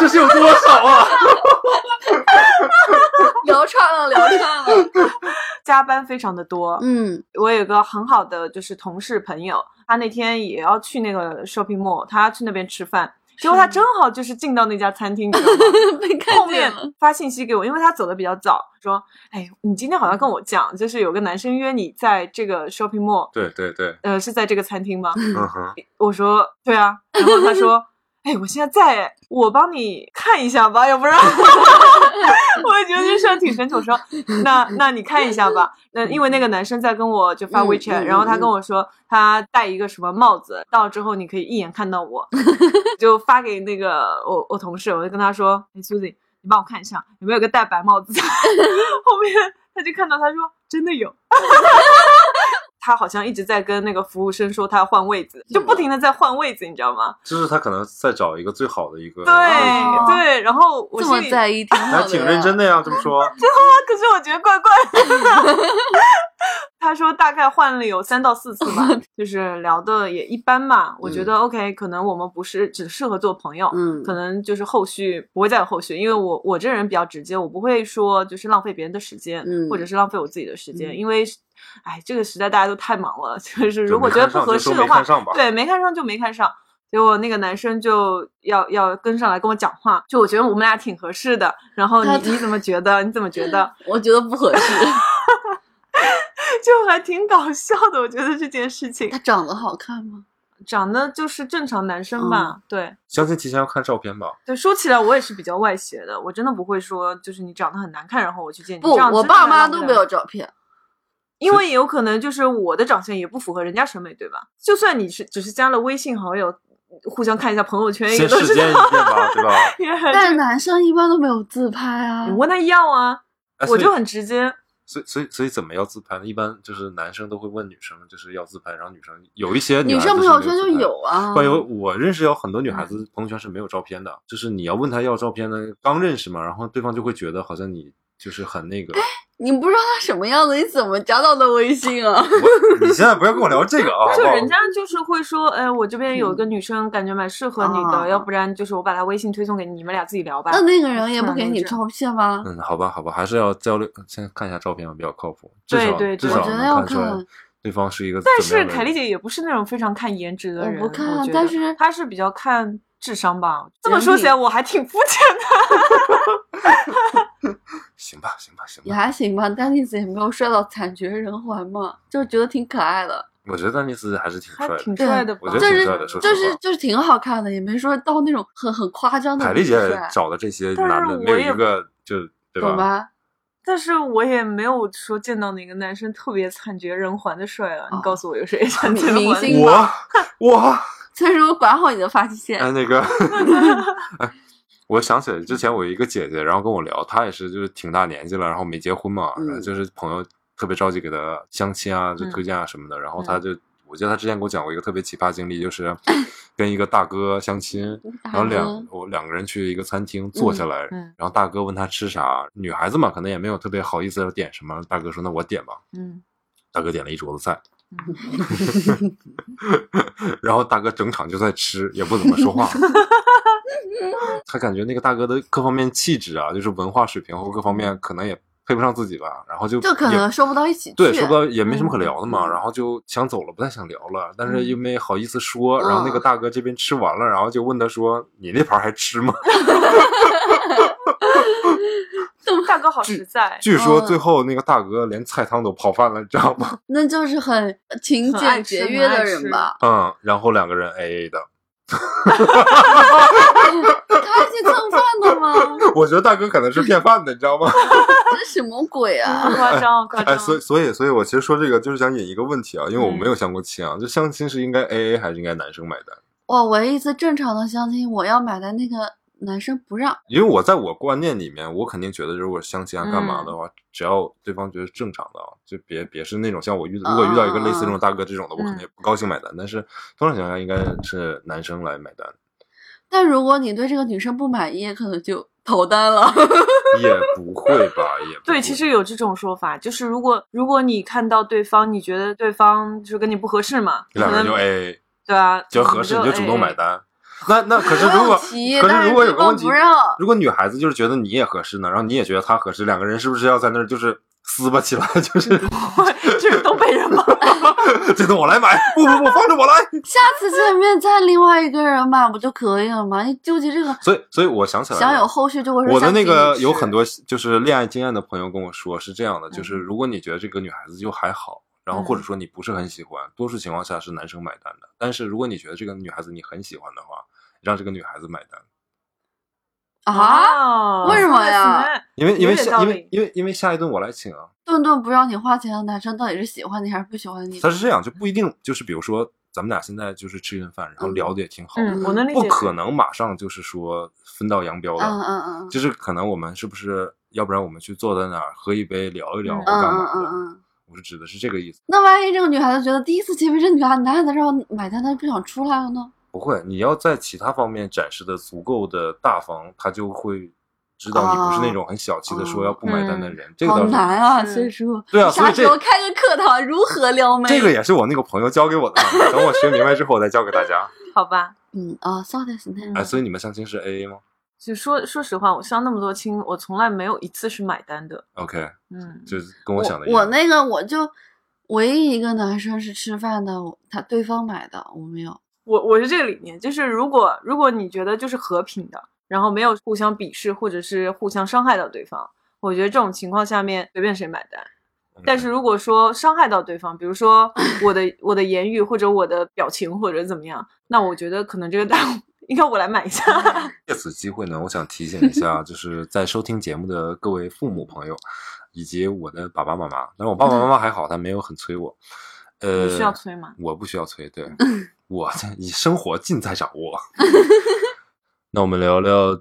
S1: 这是有多少啊？ [laughs]
S2: [laughs] 聊串了，聊串了。
S3: 加班非常的多。
S2: [laughs] 嗯
S3: 我有个很好的就是同事朋友，他那天也要去那个 shopping mall，他要去那边吃饭，结果他
S2: 是
S3: 正好就是进到那家餐厅，你知道吗？
S2: 被 [laughs]
S3: 后
S2: 看见
S3: 面
S2: 了。
S3: 发信息给我，因为他走的比较早，说：“哎，你今天好像跟我讲，就是有个男生约你在这个 shopping mall，
S1: 对对对，
S3: 呃，是在这个餐厅吗 [laughs]
S1: 嗯哼，？”
S3: 我说：“对啊。”然后他说：“ [laughs] 哎，我现在在哎，我帮你看一下吧，要不然。” [laughs] 我也觉得这事儿挺神奇。我说：“那那你看一下吧。”那因为那个男生在跟我就发
S2: 嗯
S3: WeChat，、
S2: 嗯
S3: 然后他
S2: 嗯
S3: 跟我说他戴一个什么帽子，到之后你可以一眼看到我， [laughs] 就发给那个我我同事，我就跟他说：“哎，Susie，你帮我看一下有没有个戴白帽子。”后面他就看到他说：“真的有。” [laughs] 他好像一直在跟那个服务生说他要换位子，就不停的在换位子，你知道吗？
S1: 就是他可能在找一个最好的一个 [laughs]
S3: 对
S1: 位置
S3: 对，然后我
S2: 这
S3: 心
S2: 么
S3: 里啊
S2: 在意，挺好
S1: 还
S2: 的，
S1: 挺认真。的呀，这么
S3: [laughs]
S1: 说，
S3: 可是我觉得怪怪的。 [laughs] 他说大概换了有三到四次
S2: [laughs]
S3: 吧，就是聊的也一般嘛。我觉得 OK，可能我们不是只适合做朋友，
S4: 嗯
S3: 可能就是后续不会再有后续，因为我我这人比较直接，我不会说就是浪费别人的时间，
S4: 嗯
S3: 或者是浪费我自己的时间，
S4: 嗯
S3: 因为哎，这个时代大家都太忙了，就是
S1: 就
S3: 如果
S1: 没
S3: 觉得
S1: 看
S3: 不
S1: 上
S3: 合
S1: 就
S3: 适
S1: 说
S3: 的
S1: 没
S3: 话
S1: 看，上吧，
S3: 对，没看上就没看上。结果那个男生就要要跟上来跟我讲话，就我觉得我们俩挺合适的。然后你
S2: 他
S3: 你怎么觉得？你怎么
S1: [laughs]
S3: 觉得？
S2: 我觉得不合适。
S3: 就还挺搞笑的，我觉得这件事情
S2: 他。长得好看吗？
S3: 长得就是正常男生
S1: 嗯
S3: 吧，对。
S1: 相信提前要看照片吧。
S3: 就说起来，我也是比较外斜的，我真的不会说就是你长得很难看，然后我去见你。
S2: 不，
S3: 这样
S2: 我
S3: 真的
S2: 爸妈
S3: 浪费
S2: 都
S3: 了
S2: 没有照片。
S3: 因为有可能就是我的长相也不符合人家审美，对吧？就算你是只是加了微信好友，互相看一下朋友圈，也
S1: 先
S3: 都
S1: 试
S3: 是
S1: 验一遍吧，
S3: [laughs]
S1: 对吧？
S3: 也很
S2: 但是男生一般都没有自拍啊
S3: 你。问他要啊，
S1: 哎
S3: 我就
S1: 所以
S3: 很直接。
S1: 所以所以所以怎么要自拍呢？一般就是男生都会问女生，就是要自拍，然后女生有一些
S2: 女
S1: 孩子
S2: 生朋
S1: 是
S2: 友
S1: 没
S2: 圈就
S1: 自拍的。
S2: 有
S3: 哦
S2: 啊。
S1: 关于我认识有很多女
S3: 嗯
S1: 孩子朋友圈是没有照片的，就是你要问她要照片呢，刚认识嘛，然后对方就会觉得好像你就是很那
S3: [laughs]
S1: 个。
S2: 你不知道他什么样子，你怎么加到的微
S1: [laughs]
S2: 信啊？
S1: 我你现在不要跟我聊这个啊，好
S3: 就
S1: 不好
S3: 人家就是会说，哎，我这边有一个
S2: 嗯
S3: 女生，感觉蛮适合你的，
S4: 啊
S3: 要不然就是我把她微信推送给你，你们俩自己聊吧
S2: 那。那个人也不给你
S3: 看
S2: 照片吗？
S1: 嗯，好吧，好吧，还是要交流，先看一下照片比较靠谱，至
S3: 对
S1: 少
S3: 对
S1: 至
S3: 对
S1: 少
S2: 我觉得
S1: 能
S2: 要
S1: 看出来
S2: 看
S1: 对方是一个。
S3: 但是凯丽，姐也不是那种非常看颜值的
S2: 我
S3: 人，
S2: 不看
S3: 觉得
S2: 但是
S3: 她是比较看智商吧。这
S2: 人
S3: 么说
S2: 品
S3: 起来，我还挺肤浅的。
S1: 行吧，行吧，行
S2: 也
S1: 吧，
S2: 还行吧，丹尼斯也没有帅到惨绝人寰嘛，就觉得挺可爱的，
S1: 我觉得丹尼斯还是挺 [laughs] 帅
S3: 还
S1: 的
S3: 挺。帅的吧？
S1: 我觉得
S2: 就
S1: 挺
S2: 是
S1: 帅的，说实
S2: 就
S1: 话。
S2: 是就是挺好看的，也没说到那种很很夸张的
S1: 凯
S2: 那
S1: 丽
S2: 种
S1: 姐
S2: 帅，
S1: 找的这些
S3: 但是
S1: 男的，没
S3: 我
S1: 有
S3: 也
S1: 一个就对
S2: 懂
S1: 吧？
S2: 吧？
S3: 但是我也没有说见到哪个男生特别惨绝人寰的帅了。你
S2: 哦
S3: 告诉我有谁惨绝人
S2: 明
S3: 寰？
S2: 星
S3: [laughs]
S1: 我我
S2: 所以说管好你的发际线，
S1: 哎那
S3: [laughs]
S1: 个哎，我想起来之前我有一个姐姐，然后跟我聊，她也是就是挺大年纪了，然后没结婚嘛，
S4: 嗯
S1: 然后就是朋友特别着急给她相亲啊，就
S3: 嗯
S1: 推荐啊什么的，然后
S3: 嗯
S1: 她就。我记得她之前给我讲过一个特别奇葩经历，就是 [coughs] 跟一个大哥相亲，然后
S2: 大哥
S1: 两我两个人去一个餐厅坐下来，
S3: 嗯
S1: 然后大哥问她吃啥，女孩子嘛可能也没有特别好意思要点什么，大哥说那我点吧，
S2: [laughs]
S3: 嗯，
S1: 大哥点了一桌子菜，
S2: 嗯
S1: [laughs] 然后大哥整场就在吃，也不怎么说话。
S2: [laughs]
S1: 他感觉那个大哥的各方面气质啊，就是文化水平和各方面可能也配不上自己吧，然后就
S2: 嗯就可
S1: 也
S2: 能说不到一起去，
S1: 对，说不到也没什么可聊的嘛，
S4: 嗯
S1: 然后就想走了，不太想聊了，但是
S3: 嗯
S1: 又没好意思说。然后那个
S2: 嗯
S1: 大哥这边吃完了，然后就问他说：“你那盘还吃吗 [laughs]，
S3: 大哥好实在？”
S1: 据说
S2: 嗯
S1: 最后那个大哥连菜汤都泡饭了，你知道吗？ [laughs]
S2: 那就是很勤
S3: 很爱
S2: 俭
S3: 吃
S2: 节约
S3: 很爱
S2: 的
S3: 吃
S2: 人吧。
S3: [laughs]
S1: 嗯，然后两个人 A A 的。 [laughs]
S2: 他去蹭饭的吗？ [laughs]
S1: 我觉得大哥可能是骗饭的，你知道吗？
S2: 这什么鬼啊？
S3: 夸张夸张。
S1: [laughs] 哎，所以所以所以我其实说这个就是想引一个问题啊，因为我
S3: 嗯
S1: 没有相过亲啊，就相亲是应该 A A 还是应该男生买单？
S2: 我唯一一次正常的相亲，我要买单，那个男生不让，
S1: 因为我在我观念里面，我肯定觉得如果相亲啊干
S3: 嗯
S1: 嘛的话，只要对方觉得正常的啊，就别别是那种像我遇如果遇到一个类似这
S3: 哦
S1: 种大哥这种的，我肯定
S3: 嗯
S1: 不高兴买单。但是通常情况下应该是男生来买单，
S2: 但如果你对这个女生不满意，可能就投单了。 [laughs]
S1: 也不会吧？也不
S3: 对，
S1: 会
S3: 其实有这种说法，就是如果如果你看到对方，你觉得对方就是跟你不合适嘛，可
S1: 两个人
S3: 能
S1: 就 A A，
S3: 对啊，
S1: 觉得合适你就主动
S3: 哎
S1: 买。单。那那可是如
S2: 我
S1: 果
S2: 有提
S1: 可
S2: 但
S1: 是
S2: 是
S1: 如果有
S2: 对
S1: 个
S2: 方
S1: 问题
S2: 不让，
S1: 如果女孩子就是觉得你也合适呢，然后你也觉得她合适，两个人是不是要在那儿就是撕巴起来？ [laughs] 就是 [laughs]
S3: 这是东北人吗？
S1: 这顿我来买，不不不，放着我来。
S2: 下次见面再另外一个人买不就可以了吗？你纠结这个，
S1: 所以所以我想起来了，
S2: 想有后续就会说
S1: 我的那
S2: 下
S1: 个
S2: 次你
S1: 有很
S2: 吃
S1: 多就是恋爱经验的朋友跟我说是这样的，就是如果你觉得这个女孩子就还好，然后或者说你不是很喜欢，多数情况下是男生买单的。但是如果你觉得这个女孩子你很喜欢的话，让这个女孩子买单，
S2: 啊，
S3: 哦
S2: 为什么呀？
S1: 因为因
S3: 有
S1: 为
S3: 点
S1: 下
S3: 道
S1: 因
S3: 理
S1: 为因为因为下一顿我来请啊。
S2: 顿顿不让你花钱的男生到底是喜欢你还是不喜欢你？
S1: 他是这样，就不一定就是比如说咱们俩现在就是吃一顿饭，然后聊的也挺好，
S3: 嗯，我能理解。
S1: 不可能马上就是说分道扬镳的，
S2: 嗯嗯嗯
S1: 就是可能我们是不是，要不然我们去坐在那儿喝一杯聊一聊
S3: 嗯
S1: 或干
S2: 嗯
S1: 嘛的？
S2: 嗯嗯
S1: 我是指的是这个意思。
S2: 那万一这个女孩子觉得第一次见面这女孩子哪里在这儿我买单，她不想出来了呢？
S1: 不会，你要在其他方面展示的足够的大方，他就会知道你不是那种很小气的说要不买单的人。这个
S2: 哦嗯好
S1: 倒是
S2: 难啊，
S3: 是
S2: 崔叔。
S1: 对啊所以
S2: 啥时候
S1: 这
S2: 开个课堂？如何撩妹？
S1: 这个也是我那个朋友教给我的，等我学明白之后我再教给大家。
S3: 好吧。
S2: 嗯啊，そうですね。
S1: 哎，所以你们相亲是 A A 吗
S3: 就说说实话，我相那么多亲，我从来没有一次是买单的。
S1: ？OK，
S3: 嗯，
S1: 就是跟我想的一
S2: 我
S1: 样。
S2: 我那个我就唯一一个男生是吃饭的，我他对方买的，我没有。
S3: 我我是这个理念，就是如果如果你觉得就是和平的，然后没有互相鄙视或者是互相伤害到对方，我觉得这种情况下面随便谁买单。
S1: 嗯
S3: 但是如果说伤害到对方，比
S1: [laughs]
S3: 如说我的我的言语或者我的表情或者怎么样，那我觉得可能这个单应该我来买一下。 [laughs]
S1: 借此机会呢，我想提醒一下，就是在收听节目的各位父母朋友，以及我的爸爸妈妈。但是我爸爸妈妈还好，他没有很催我。呃，
S3: 你需要催吗？
S1: 我不需要催，对我这你生活尽在掌握。那我们聊聊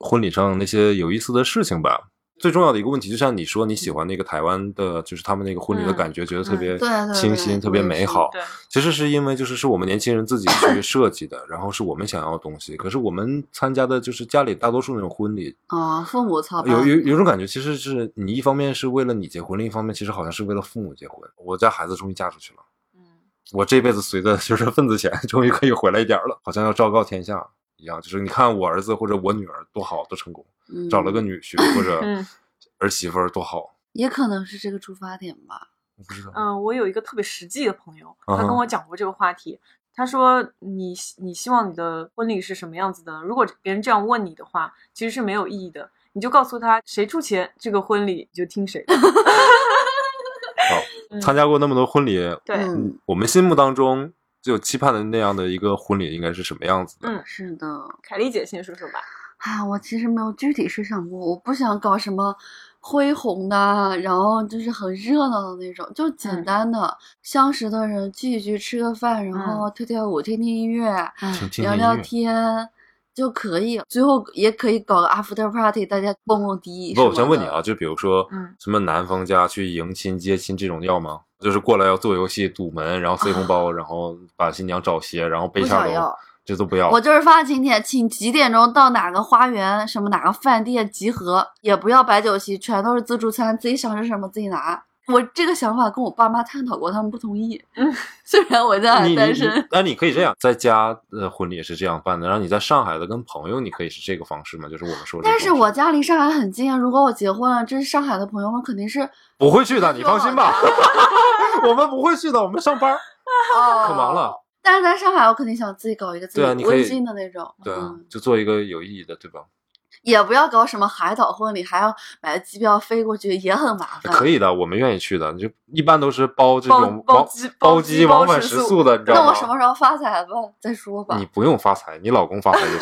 S1: 婚礼上那些有意思的事情吧。最重要的一个问题，就像你说你喜欢那个台湾的，就是他们那个婚礼的
S3: 嗯
S1: 感觉，觉得特
S3: 嗯
S1: 别
S2: 对对
S1: 清
S2: 对
S1: 新，特
S2: 我
S1: 别
S2: 也
S1: 美
S2: 是
S1: 好。
S3: 对，
S1: 其实是因为就是是我们年轻人自己
S3: [coughs]
S1: 去设计的，然后是我们想要的东西。可是我们参加的就是家里大多数那种婚礼，
S2: 啊，父母操办。
S1: 有有有种感觉，其实是你一方面是为了你结婚，另一方面其实好像是为了父母结婚。我家孩子终于嫁出去了，
S3: 嗯，
S1: 我这辈子随着学 [laughs] 生分子钱，终于可以回来一点儿了，好像要昭告天下一样。就是你看我儿子或者我女儿多好，多成功，
S2: 嗯
S1: 找了个女婿或者
S3: 嗯
S1: 儿媳妇儿多好，
S2: 也可能是这个出发点吧。
S1: 我不知道。
S3: 嗯，我有一个特别实际的朋友，
S1: 嗯
S3: 他
S1: 哼
S3: 跟我讲过这个话题。他说你：“你希望你的婚礼是什么样子的？如果别人这样问你的话，其实是没有意义的。你就告诉他谁出钱，这个婚礼你就听谁的。
S2: [laughs]
S3: 嗯
S1: 参加过那么多婚礼，
S3: 对，
S2: 嗯，
S1: 我们心目当中就期盼的那样的一个婚礼应该是什么样子的？
S3: 嗯
S2: 是的。
S3: 凯丽姐先说说吧。
S2: 啊，我其实没有具体设想过，我不想搞什么恢宏的，然后就是很热闹的那种，就简
S3: 嗯
S2: 单的、相识的人聚一聚，吃个饭，然后跳跳舞、听听音乐、
S1: 听听
S2: 聊
S1: 音
S2: 聊
S1: 乐。
S2: 天就可以。最后也可以搞个 after party，大家蹦蹦迪。
S1: 不，我先问你啊，，就比如说
S3: 嗯
S1: 什么男方家去迎亲接亲这种要吗？就是过来要做游戏堵门，然后塞红包，然后把新娘找鞋，然后背
S2: 啊不
S1: 下
S2: 想要
S1: 楼，。这都不要。
S2: 我就是发请帖，请几点钟到哪个花园、什么哪个饭店集合，也不要摆酒席，全都是自助餐，自己想吃什么自己拿。我这个想法跟我爸妈探讨过，他们不同意。
S3: 嗯，
S2: 虽然我现在
S1: 你
S2: 还
S1: 你
S2: 单
S1: 你
S2: 身，
S1: 那你可以这样，在家的婚礼也是这样办的，然后你在上海的跟朋友，你可以是这个方式吗？就是我们说这个
S2: 但
S1: 方式，
S2: 是我家离上海很近，啊如果我结婚了，这上海的朋友们肯定是
S1: 不会去的，你放心
S2: [laughs]
S1: 吧，我们不会去的，我们上班儿。 [laughs]
S2: 哦
S1: 可忙了。
S2: 但是在上海，我肯定想自己搞一个自
S1: 对啊，
S2: 己
S1: 你可以
S2: 温馨的那种，
S1: 对啊
S2: 嗯，，
S1: 就做一个有意义的，对吧？
S2: 也不要搞什么海岛婚礼，还要买机票飞过去，也很麻烦。
S1: 可以的，我们愿意去的。就一般都是包这
S3: 嗯包
S1: 种
S3: 包
S1: 往
S3: 机包
S1: 包
S3: 机
S1: 机
S3: 包
S1: 往返
S3: 食
S1: 食
S3: 宿
S1: 宿的，你知道
S2: 那
S1: 吗？
S2: 我什么时候发财吧，再说吧。
S1: 你不用发财，你老公发财就行，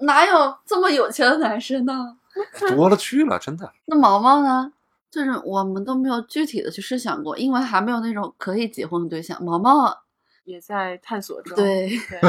S2: 哪有这么有钱的男生呢？
S3: [laughs]
S1: 多了去了，真的。
S2: 那毛毛呢？就是我们都没有具体的去试想过，因为还没有那种可以结婚的对象。毛毛
S3: 也在探索
S1: [laughs]
S3: 中。
S2: 对 [laughs]
S3: 对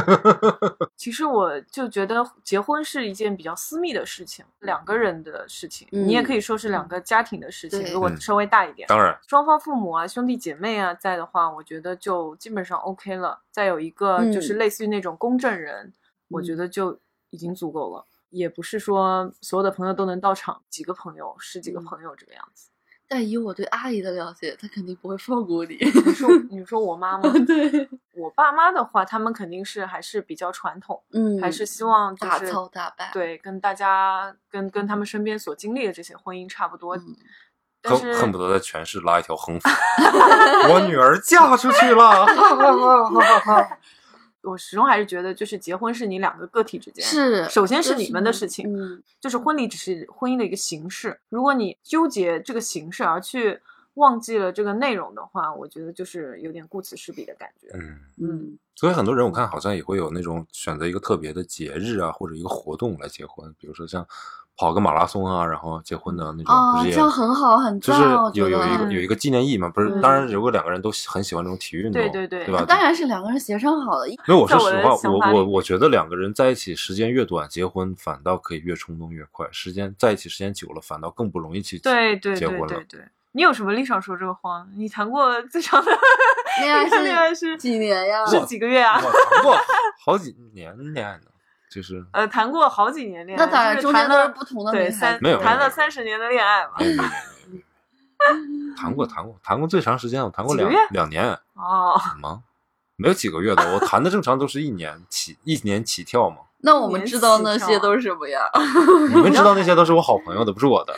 S3: 其实我就觉得结婚是一件比较私密的事情，两个人的事情，
S2: 嗯
S3: 你也可以说是两个家庭的事情。
S2: 对
S3: 如果
S1: 嗯
S3: 稍微大一点，
S1: 当然，
S3: 双方父母啊、兄弟姐妹啊在的话，我觉得就基本上 OK 了。再有一个
S2: 嗯
S3: 就是类似于那种公证人，我觉得就已经足够了。也不是说所有的朋友都能到场，几个朋友、十几个
S2: 嗯
S3: 朋友这个样子。
S2: 但以我对阿姨的了解，她肯定不会放过你。
S3: 你说，你说我妈妈，
S2: [laughs] 对，
S3: 我爸妈的话，他们肯定是还是比较传统，
S2: [laughs] 嗯，
S3: 还是希望就
S2: 大
S3: 是
S2: 操大办。
S3: 对跟大家跟跟他们身边所经历的这些婚姻差不多。
S2: 嗯，
S3: 但
S1: 恨
S3: 是
S1: 恨不得在全市拉一条横幅， [laughs] 我女儿嫁出去了，哈 [laughs] 哈哈哈哈！
S3: 我始终还是觉得，就是结婚是你两个个体之间，
S2: 啊是，
S3: 首先是
S2: 就
S3: 你们的事情，
S2: 嗯，
S3: 就是婚礼只是婚姻的一个形式。如果你纠结这个形式而去忘记了这个内容的话，我觉得就是有点顾此失彼的感觉。
S1: 嗯，
S2: 嗯，
S1: 所以很多人我看好像也会有那种选择一个特别的节日啊，或者一个活动来结婚，比如说像跑个马拉松啊，然后结婚的那种，
S2: 哦
S1: 不是也
S2: 这样很好很
S1: 就
S2: 赞
S1: 是
S3: 啊
S2: 我觉
S1: 有有一
S2: 得
S1: 个有一个纪念意义嘛，不是？
S3: 嗯
S1: 当然，如果两个人都很喜欢这种体育运动，
S3: 对对对
S1: 吧？
S2: 当然是两个人协商好的。
S1: 因为我
S3: 在
S1: 说
S3: 我
S1: 实
S3: 的
S1: 话，
S3: 想
S1: 我
S3: 法
S1: 我
S3: 里
S1: 我觉得两个人在一起时间越短，结婚反倒可以越冲动越快；时间在一起时间久了，反倒更不容易去
S3: 对对
S1: 结婚
S3: 对
S1: 了
S3: 对对，你有什么立场说这个谎？你谈过最长的
S2: [laughs] 恋
S3: 恋
S2: 爱
S3: 爱
S2: 是 [laughs]
S3: 是
S2: 几年呀？
S3: 是几个月啊
S1: 我？谈过好几年恋爱呢，就是
S3: 呃，谈过好几年恋爱，
S2: 那当然，
S3: 就
S2: 中
S3: 是
S2: 间
S3: 谈
S2: 都是
S3: 了
S2: 不同的
S3: 对
S2: 女
S3: 三
S2: 孩
S1: 没有
S3: 谈
S1: 没有
S3: 了三十年的恋爱嘛。
S1: 没有没有没有没有没有哎谈过谈过谈过最长时间，我谈过
S3: 几个
S1: 两
S3: 月
S1: 两年，
S3: 哦，
S1: 很忙，没有几个月的，我谈的正常都是一年起一年起跳
S3: [laughs]
S1: 嘛。
S2: 那我们知道那些都是什么 [laughs] 样？哦
S1: 你们知道那些都是我好朋友的，不是我的，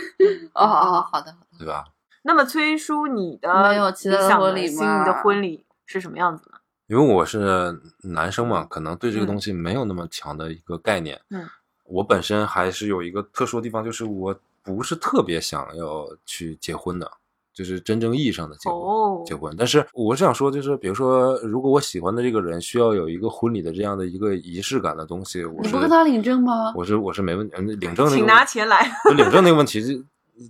S2: 哦，好的，好的
S1: 对吧？
S3: 那么崔叔，你的
S2: 没有期待的
S3: 理想
S2: 婚礼
S3: 心
S2: 吗
S3: 仪的婚礼是什么样子呢？
S1: 因为我是男生嘛，可能对这个
S3: 嗯
S1: 东西没有那么强的一个概念。
S3: 嗯，
S1: 我本身还是有一个特殊的地方，就是我不是特别想要去结婚的，就是真正意义上的结婚。
S3: 哦，
S1: 结婚，但是我是想说，就是比如说，如果我喜欢的这个人需要有一个婚礼的这样的一个仪式感的东西，我
S2: 你
S1: 是
S2: 不跟他领证吗？
S1: 我是我是没问题，嗯领证那个
S3: 请拿钱来。
S1: 就领证那个问题之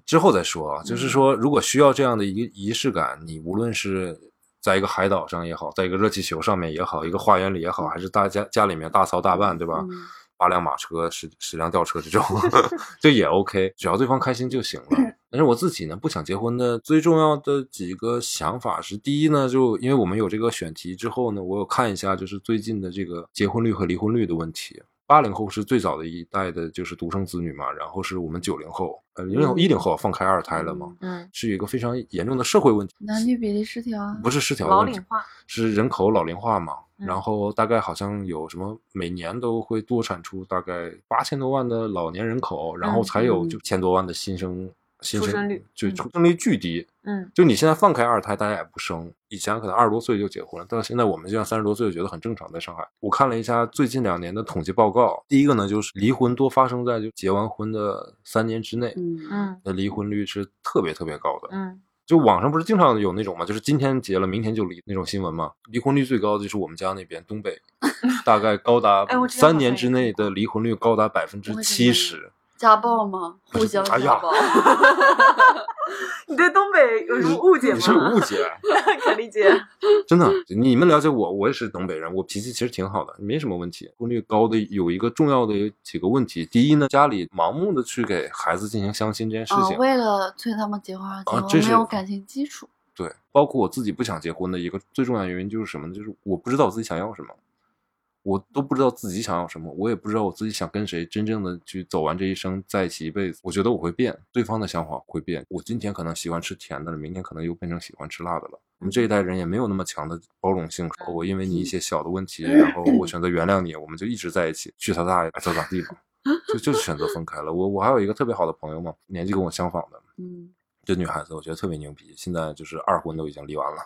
S1: 之后再说
S2: [laughs]
S1: 啊，就是说，如果需要这样的一个仪式感，你无论是在一个海岛上也好，在一个热气球上面也好，一个花园里也好，还是大家家里面大操大办，对吧？
S2: 嗯
S1: 八辆马车、十十辆吊车这种， [laughs] 这也 OK，只要对方开心就行了。
S3: 嗯
S1: 但是我自己呢，不想结婚的最重要的几个想法是：第一呢，就因为我们有这个选题之后呢，我有看一下就是最近的这个结婚率和离婚率的问题。八零后是最早的一代的，就是独生子女嘛，然后是我们九零后，呃，零零
S3: 嗯
S1: 一零后放开二胎了嘛，
S3: 嗯，
S1: 是有一个非常严重的社会问题，
S2: 男女比例失调啊？
S1: 不是失调的
S3: 老
S1: 问题
S3: 龄，化。
S1: 是人口老龄化嘛，
S3: 嗯
S1: 然后大概好像有什么每年都会多产出大概八千多万的老年人口，然后才有
S2: 嗯
S1: 就千多万的新生新生
S3: 出生率
S1: 就
S3: 嗯
S1: 出生率巨低。
S3: 嗯
S1: 就你现在放开二胎，大家也不生，以前可能二十多岁就结婚了，到现在我们这样三十多岁就觉得很正常。在上海，我看了一下最近两年的统计报告，第一个呢就是离婚多发生在就结完婚的三年之内，
S2: 嗯
S3: 嗯
S1: 那离婚率是特别特别高的。
S3: 嗯
S1: 就网上不是经常有那种嘛，就是今天结了，明天就离那种新闻嘛。离婚率最高的就是我们家那边东
S3: [laughs]
S1: 北，大概高达
S3: 哎我之前好像
S1: 三年之内的离婚率高达百分之七十。
S2: 家暴吗？
S1: 不
S2: 互
S1: 是
S2: 相
S1: 哎呀
S2: 家
S1: [laughs]
S2: 暴。
S3: 你对东北有什么误解
S1: 你是有
S3: 吗？
S1: 误解，
S3: [laughs]
S1: 啊
S3: 可理解。
S1: 真的。你们了解我，我也是东北人，我脾气其实挺好的，没什么问题。离婚率高的有一个重要的有几个问题，第一呢，家里盲目的去给孩子进行相亲这件事
S2: 啊，
S1: 情，
S2: 为了催他们结婚而结
S1: 啊
S2: 婚，
S1: 这是
S2: 没有感情基础。嗯
S1: 对，包括我自己不想结婚的一个最重要的原因就是什么呢？就是我不知道我自己想要什么，我都不知道自己想要什么，我也不知道我自己想跟谁真正的去走完这一生，在一起一辈子。我觉得我会变，对方的想法会变。我今天可能喜欢吃甜的了，明天可能又变成喜欢吃辣的了。我们这一代人也没有那么强的包容性，说我因为你一些小的问题，然后我选择原谅你，我们就一直在一起，去他大爷，爱咋咋地吧，就就是选择分开了。我我还有一个特别好的朋友嘛，年纪跟我相仿的，
S2: 嗯，
S1: 这女孩子我觉得特别牛逼，现在就是二婚都已经离完了，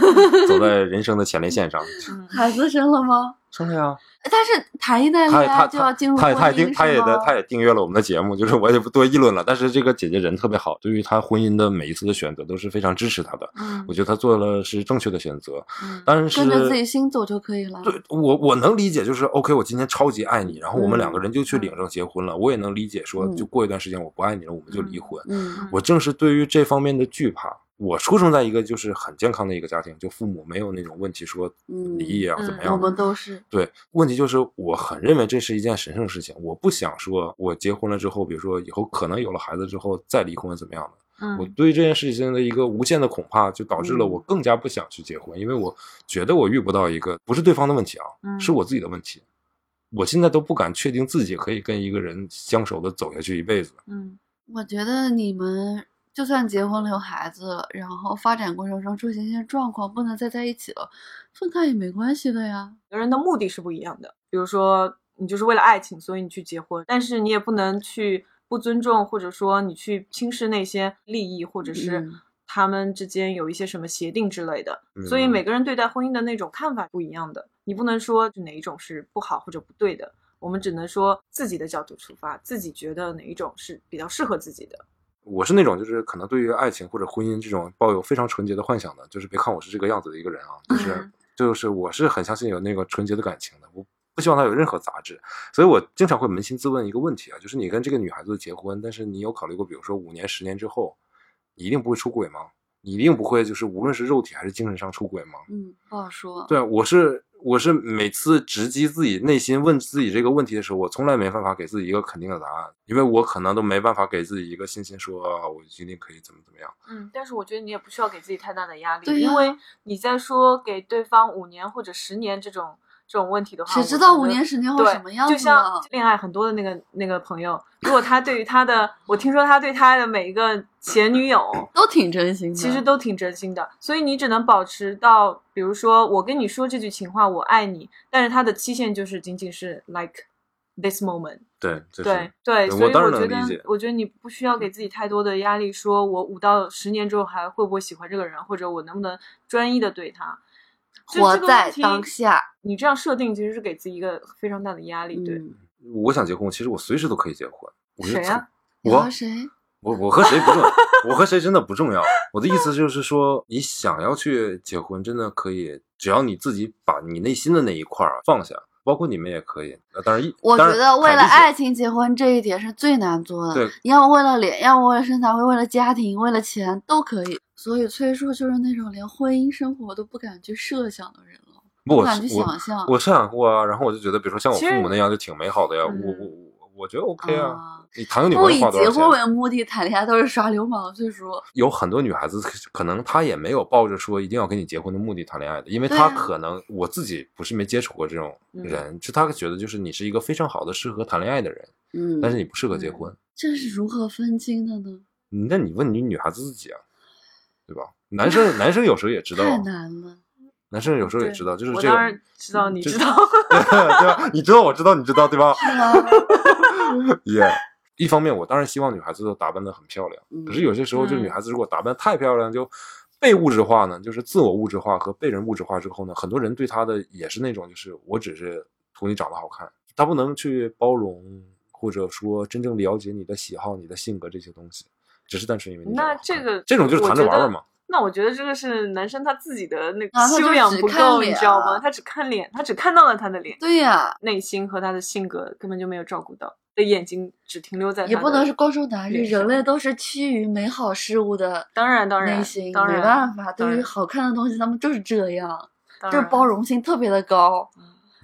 S1: [laughs] 走在人生的前列腺上。
S3: 嗯
S2: 孩子生了吗？
S1: 真的呀，
S2: 但是谈一代
S1: 啊她也
S2: 恋
S1: 她
S2: 爱就要
S1: 她
S2: 进入
S1: 她也她
S2: 婚
S1: 也订
S2: 姻，
S1: 她也
S2: 是
S1: 的
S2: 吗
S1: 她也订阅了我们的节目，就是我也不多议论了。但是这个姐姐人特别好，对于她婚姻的每一次的选择都是非常支持她的。
S3: 嗯
S1: 我觉得她做了是正确的选择，
S3: 嗯
S1: 但是
S2: 跟着自己心走就可以了。
S1: 对我我能理解，就是 OK，我今天超级爱你，然后我们两个人就去领证结婚了。我也能理解说，
S2: 嗯
S1: 就过一段时间我不爱你了，我们就离婚。
S2: 嗯
S1: 我正是对于这方面的惧怕。我出生在一个就是很健康的一个家庭，就父母没有那种问题说
S2: 嗯
S1: 离异啊
S3: 嗯
S1: 怎么
S2: 我
S1: 样的。
S2: 们都是
S1: 对，问题就是我很认为这是一件神圣的事情，我不想说我结婚了之后，比如说以后可能有了孩子之后再离婚怎么样的。我
S3: 嗯
S1: 对于这件事情的一个无限的恐怕，就导致了我更加不想去结婚，因为我觉得我遇不到一个不是对方的问题啊，
S3: 嗯
S1: 是我自己的问题。我现在都不敢确定自己可以跟一个人相守的走下去一辈子。
S3: 嗯
S2: 我觉得你们就算结婚了有孩子了，然后发展过程中出现一些状况，不能再在一起了，分开也没关系的呀。
S3: 每个人的目的是不一样的。比如说，你就是为了爱情，所以你去结婚，但是你也不能去不尊重，或者说你去轻视那些利益，或者是
S2: 嗯
S3: 他们之间有一些什么协定之类的。
S1: 嗯
S3: 所以每个人对待婚姻的那种看法不一样的，你不能说哪一种是不好或者不对的。我们只能说自己的角度出发，自己觉得哪一种是比较适合自己的。
S1: 我是那种就是可能对于爱情或者婚姻这种抱有非常纯洁的幻想的，就是别看我是这个样子的一个人啊，就是、
S3: 嗯
S1: [laughs] 就是我是很相信有那个纯洁的感情的，我不希望它有任何杂质，所以我经常会扪心自问一个问题啊，就是你跟这个女孩子结婚，但是你有考虑过，比如说五年、十年之后，你一定不会出轨吗？你一定不会就是无论是肉体还是精神上出轨吗？
S2: 嗯，不好说。
S1: 对啊，我是我是每次直击自己内心问自己这个问题的时候，我从来没办法给自己一个肯定的答案，因为我可能都没办法给自己一个信心说，啊我一定可以怎么怎么样。
S3: 嗯，但是我觉得你也不需要给自己太大的压力，
S2: 对呀
S3: 因为你在说给对方五年或者十年这种这种问题的话，
S2: 谁
S3: 啊我
S2: 知道
S3: 觉
S2: 五
S3: 得
S2: 年十年后
S3: 对，
S2: 什么样
S3: 就
S2: 子
S3: 像
S2: 呢？
S3: 恋爱很多的那个那个朋友，如果他对于他的，我听说他对他的每一个前女友，
S2: 都挺真心的。
S3: 其实都挺真心的，所以你只能保持到，比如说我跟你说这句情话，我爱你，但是它的期限就是仅仅是 like this moment。
S1: 对，就是
S3: 对对，
S1: 对
S3: 所
S1: 我
S3: 以
S1: 当
S3: 我
S1: 然
S3: 觉
S1: 能理解
S3: 得，我觉得你不需要给自己太多的压力，说我五到十年之后还会不会喜欢这个人，或者我能不能专一的对他。就
S2: 活
S3: 这个
S2: 在
S3: 问题
S2: 当下，
S3: 你这样设定其实是给自己一个非常大的压力，对。
S2: 嗯，
S1: 我想结婚，其实我随时都可以结婚。我觉得
S3: 谁啊
S2: 你
S1: 我
S2: 和谁？
S1: 我我和谁不重
S3: [laughs]
S1: 要，我和谁真的不重要。我的意思就是说，你想要去结婚，真的可以，只要你自己把你内心的那一块儿放下，包括你们也可以。呃当然一，
S2: 我觉
S1: 当然
S2: 得为
S1: 凯
S2: 了
S1: 莉姐
S2: 爱情结婚这一点是最难做的。
S1: 对
S2: 你要么为了脸，要么为了身材，为了家庭，为了钱都可以。所以崔叔就是那种连婚姻生活都不敢去设想的人了，
S1: 不，
S2: 不
S1: 我
S2: 敢去
S1: 是我
S2: 想象。
S1: 我设想过啊，然后我就觉得，比如说像我
S3: 嗯其
S1: 父
S3: 实
S1: 母那样，就挺美好的呀。
S3: 嗯哦
S1: 我我我我觉得 OK 啊。
S2: 啊
S1: 你谈个女朋
S2: 不以
S1: 友花多
S2: 结
S1: 少
S2: 婚
S1: 钱？
S2: 为目的谈恋爱都是耍流氓，崔叔。
S1: 有很多女孩子可能她也没有抱着说一定要跟你结婚的目的谈恋爱的，因为
S2: 对
S1: 她
S2: 啊
S1: 可能我自己不是没接触过这种
S3: 嗯
S1: 人，就她觉得就是你是一个非常好的适合谈恋爱的人，
S2: 嗯，
S1: 但是你不适合结
S3: 嗯
S1: 婚。
S2: 这是如何分清的呢？
S1: 那你问你女孩子自己啊，对吧？男生男生有时候也知道啊，
S2: 太难了。
S1: 男生有时候也
S3: 对
S1: 知道，就是
S3: 我
S1: 这嗯
S3: 当
S1: 个
S3: 然，知道，你
S1: 这
S3: 知
S1: [laughs]
S3: 道，[laughs]
S1: 对吧？你知道，我知道，你知道，对吧？
S2: 对啊，
S1: 也、一方面，我当然希望女孩子都打扮的很漂亮，
S2: 嗯
S1: [laughs] 可是有些时候，就
S3: 嗯
S1: 女孩子如果打扮得太漂亮，就被物质化呢，就是自我物质化和被人物质化之后呢，很多人对她的也是那种，就是我只是图你长得好看，她不能去包容或者说真正了解你的喜好、你的性格这些东西，只是单纯因为你长得好
S3: 那
S1: 看
S3: 这个
S1: 这种就是
S3: 我
S1: 谈着
S3: 觉
S1: 玩
S3: 得
S1: 玩嘛。
S3: 那我觉得这个是男生他自己的那
S2: 啊
S3: 个
S2: 他就
S3: 修养
S2: 只
S3: 不
S2: 看
S3: 够，
S2: 脸
S3: 你知道
S2: 啊
S3: 吗？他只看脸，他只看到了他的脸，
S2: 嗯对呀、
S3: 内心和他的性格根本就没有照顾到，的眼睛只停留在
S2: 也
S3: 他
S2: 不
S3: 的
S2: 能是光说男人，
S3: 脸上
S2: 人类都是趋于美好事物的
S3: 当然当然
S2: 内心，
S3: 当
S2: 没
S3: 然
S2: 办法，
S3: 当
S2: 对于
S3: 然
S2: 好看的东西，他们就是这样，
S3: 当
S2: 就是
S3: 然嗯
S2: 包容性特别的高。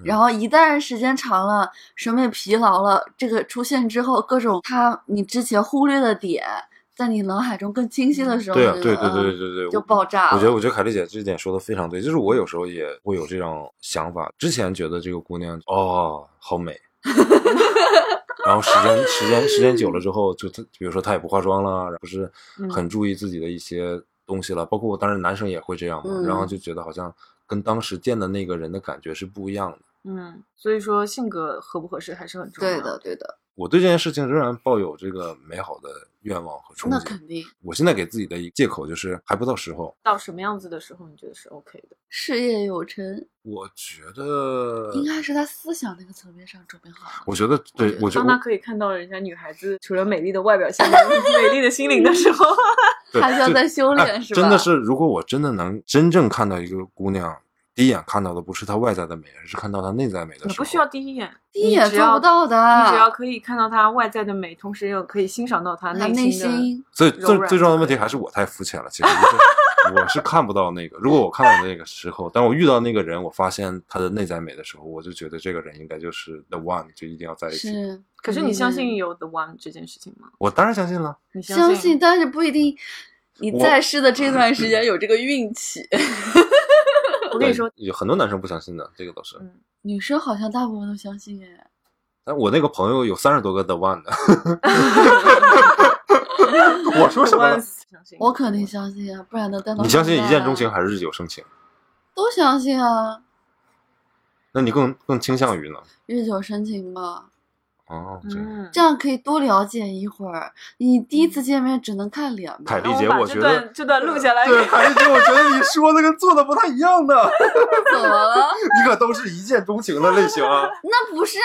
S2: 然后一旦时间长了，审美疲劳了，这个出现之后，各种他你之前忽略的点，在你脑海中更清晰的时候，
S1: 对啊，
S2: 你
S1: 对
S2: 就
S1: 对对对
S2: 嗯
S1: 对对，
S2: 就
S1: 我
S2: 爆炸了。
S1: 我觉得，我觉得凯丽姐这点说的非常对，就是我有时候也会有这种想法。之前觉得这个姑娘哦好美，然后时间时间时间久了之后，就她比如说她也不化妆了，不是
S3: 嗯
S1: 很注意自己的一些东西了。包括我，当然男生也会这样嘛，
S2: 嗯
S1: 然后就觉得好像跟当时见的那个人的感觉是不一样的。
S3: 嗯，所以说性格合不合适还是很重要
S2: 对的，。对的，
S1: 我对这件事情仍然抱有这个美好的愿望和憧
S2: 那
S1: 憬。
S2: 肯定
S1: 我现在给自己的一个借口就是还不到时候。
S3: 到什么样子的时候你觉得是 OK 的？
S2: 事业有成，
S1: 我觉得
S2: 应该是在思想那个层面上准备好了。
S1: 我觉得对，
S2: 我
S1: 我觉
S3: 当他
S1: 得
S3: 可以看到人家女孩子除了美丽的外表下，美丽的心灵的时
S1: [laughs]
S3: 候，
S1: 对
S2: 还需要
S1: 这
S2: 再修
S1: 哎
S2: 炼，是吧？
S1: 真的是，如果我真的能真正看到一个姑娘，第一眼看到的不是她外在的美，而是看到她内在美的
S3: 你
S1: 时候，
S3: 不需要第一眼，
S2: 第一
S3: 你
S2: 眼
S3: 只
S2: 做
S3: 要
S2: 不到啊的，
S3: 你只要可以看到他外在的美，同时又可以欣赏到他
S2: 他
S3: 内
S2: 内
S3: 心的。
S2: 心
S1: 所以
S3: 柔
S1: 最
S3: 软
S1: 最重要的
S3: 就
S1: 问题
S3: 可以
S1: 还是我太肤浅了，
S3: [laughs]
S1: 其实就是我是看不到那个。如果我看到那个时候，当我遇到那个人，我发现他的内在美的时候，我就觉得这个人应该就是 the one，就一定要在一起。
S2: 是。
S3: 可是你相信有 the one 这件事情吗？
S1: 我当然相信了。
S3: 你
S2: 嗯相
S3: 信
S2: 信，？但是不一 [laughs] 定你
S1: 我
S2: 在世的这段时间有这个运气。 [laughs]
S3: 我跟你说，
S1: 对，有很多男生不相信的，这个都是。
S3: 嗯
S2: 女生好像大部分都相信哎，
S1: 但我那个朋友有三十多个 the one
S3: [laughs]
S1: 的。 [laughs] 我说什么
S3: the
S1: 了
S3: [laughs] ones？相信
S2: 我肯定相信啊，不然能待到
S1: 你相信
S2: 现
S1: 一
S2: 在啊
S1: 见钟情？还是日久生情？
S2: 都相信啊，
S1: 那你更更倾向于呢？
S2: 日久生情吧，
S1: 哦，这样
S3: 嗯
S2: 这，样可以多了解一会儿。你第一次见面只能看脸
S1: 凯
S2: 吧？
S1: 丽
S3: 那
S1: 姐，
S3: 我把
S1: 我
S3: 这
S1: 觉得
S3: 段这段录下来
S1: 对，
S3: 给
S1: 凯丽姐，我觉得你说的跟做的不太一样的，
S2: 怎么了？
S1: 你可都是一见钟情的类型
S3: [laughs]
S1: 啊。
S2: [laughs] 那不是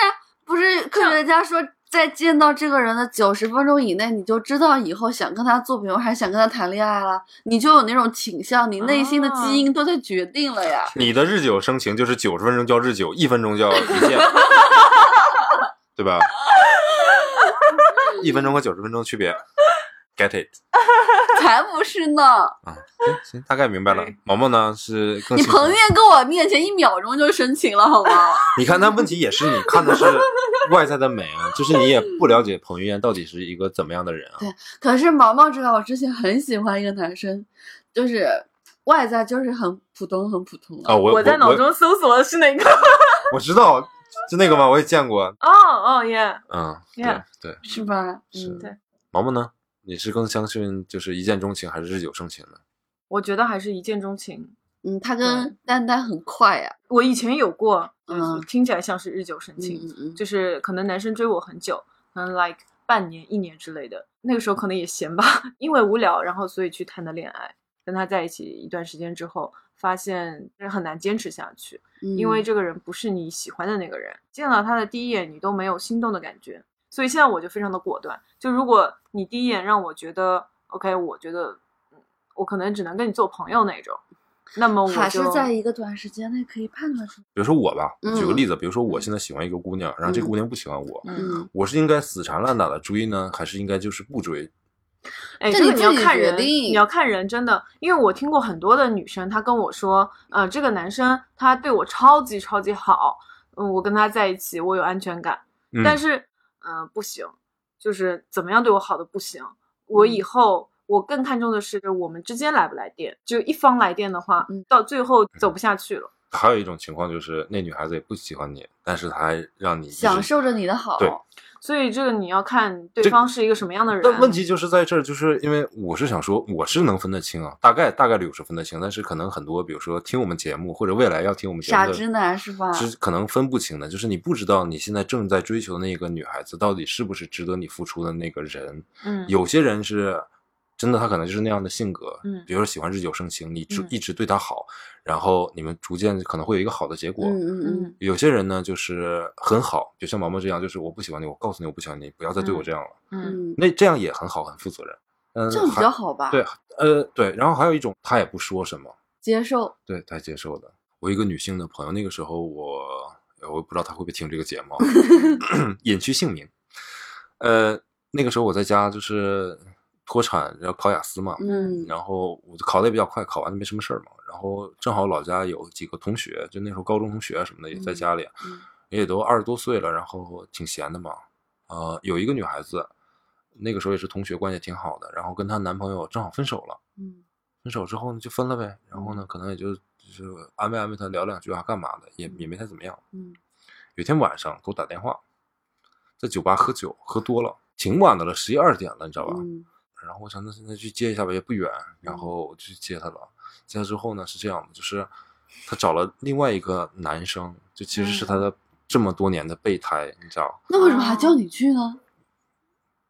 S2: 不是科学家说，在见到这个人的九十分钟以内，你就知道以后想跟他做朋友还是想跟他谈恋爱了，你就有那种倾向，你内心的基因都在决定了呀。
S1: 你的日久生情就是九十分钟叫日久，一分钟叫一见，对吧？一分钟和九十分钟区别， get it
S2: [laughs] 才不是
S1: [laughs]
S2: 呢！
S1: 啊，行行，大概明白了
S3: 对。
S1: 毛毛呢是更
S2: 你
S1: 清楚
S2: 彭越跟我面前一秒钟就深情了，好吗？ [laughs]
S1: 你看，那问题也是你看的是外在的美啊，就是你也不了解彭于晏到底是一个怎么样的人啊
S2: 对。可是毛毛知道，我之前很喜欢一个男生，就是外在就是很普通，很普通的。
S1: 啊，我
S3: 我在脑
S1: 我
S3: 中搜索的是哪个？ [laughs]
S1: 我知道，就那个嘛，我也见过。
S3: 哦哦耶，
S1: 嗯，对
S3: Yeah
S1: 对。
S2: 是吧？
S1: 是
S2: 嗯，
S3: 对
S1: 毛毛呢？你是更相信就是一见钟情还是日久生情呢？
S3: 我觉得还是一见钟情。
S2: 嗯，他跟丹丹很快啊呀、
S3: 我以前有过，
S2: 嗯
S3: 就是听起来像是日久生
S2: 嗯
S3: 情，
S2: 嗯嗯，
S3: 就是可能男生追我很久，可能 like 半年、一年之类的。那个时候可能也闲吧， [laughs] 因为无聊，然后所以去谈的恋爱。跟他在一起一段时间之后，发现是很难坚持下去，因为
S2: 嗯
S3: 这个人不是你喜欢的那个人。见到他的第一眼，你都没有心动的感觉。所以现在我就非常的果断，就如果你第一眼让我觉得 OK，我觉得嗯我可能只能跟你做朋友那种，那么我就
S2: 还是在一个短时间内可以判断出来。
S1: 比如说我吧，
S2: 嗯
S1: 举个例子，比如说我现在喜欢一个姑娘，然后这个
S2: 嗯
S1: 姑娘不喜欢我，
S3: 嗯，
S2: 嗯，
S1: 我是应该死缠烂打的追呢，还是应该就是不追？
S3: 哎，
S2: 这
S3: 这
S2: 你
S3: 个你要
S2: 自己
S3: 看
S2: 决
S3: 人，
S2: 定
S3: 你要看人，真的，因为我听过很多的女生，她跟我说，呃，这个男生他对我超级超级好，嗯，我跟他在一起，我有安全感，
S1: 嗯、
S3: 但是，呃，不行，就是怎么样对我好的不行，我
S1: 嗯
S3: 以后。我更看重的是我们之间来不来电，就一方来电的话，
S2: 嗯
S3: 到最后走不下去了。
S1: 还有一种情况就是那女孩子也不喜欢你，但是她还让你、就是、
S2: 享受着你的好。
S1: 对
S3: 所以这个你要看对
S1: 这
S3: 方是一个什么
S2: 啊
S3: 样的人。
S1: 但问题就是在这儿，就是因为我是想说，我是能分得清啊，大概大概率我是分得清，但是可能很多，比如说听我们节目或者未来要听我们节目
S2: 傻
S1: 的，
S2: 直男是吧？嗯
S1: 是可能分不清的，就是你不知道你现在正在追求的那个女孩子到底是不是值得你付出的那个人。
S3: 嗯，
S1: 有些人是真的，他可能就是那样的性格，
S3: 嗯
S1: 比如说喜欢日久生情，你一直
S3: 嗯
S1: 一直对他好，然后你们逐渐可能会有一个好的结果。
S2: 嗯嗯嗯。
S3: 嗯
S1: 有些人呢，就是很好，就像毛毛这样，就是我不喜欢你，我告诉你我不喜欢你，不要再对我这样了。
S3: 嗯
S2: 嗯，
S1: 那这样也很好，很负责任。嗯，
S2: 这样比
S1: 还
S2: 较好吧？
S1: 对，，呃，对。然后还有一种，他也不说什么，
S2: 接受。
S1: 对他接受的。我一个女性的朋友，那个时候我呃我不知道她会不会听这个节
S2: [laughs]
S1: 目啊，隐去姓名。呃，那个时候我在家就是脱产，然后考雅思嘛，
S2: 嗯
S1: 然后我就考的也比较快，考完就没什么事儿嘛。然后正好老家有几个同学，就那时候高中同学什么的也在家里，
S2: 嗯
S1: 也都二十多岁了，然后挺闲的嘛。呃，有一个女孩子，那个时候也是同学关系挺好的，然后跟她男朋友正好分手了。
S2: 嗯
S1: 分手之后呢，就分了呗。然后呢，可能也就就是安慰安慰他，聊两句啊，干嘛的，也也没太怎么样。
S2: 嗯
S1: 有一天晚上给我打电话，在酒吧喝酒，喝多了，挺晚的了，十一二点了，你知道吧？
S2: 嗯
S1: 然后我想，那那去接一下吧，也不远。然后我就去接他了。接他之后呢，是这样的，就是他找了另外一个男生，就其实是
S2: 嗯
S1: 他的这么多年的备胎，你知道，
S2: 那为什么
S3: 啊
S2: 还叫你去呢？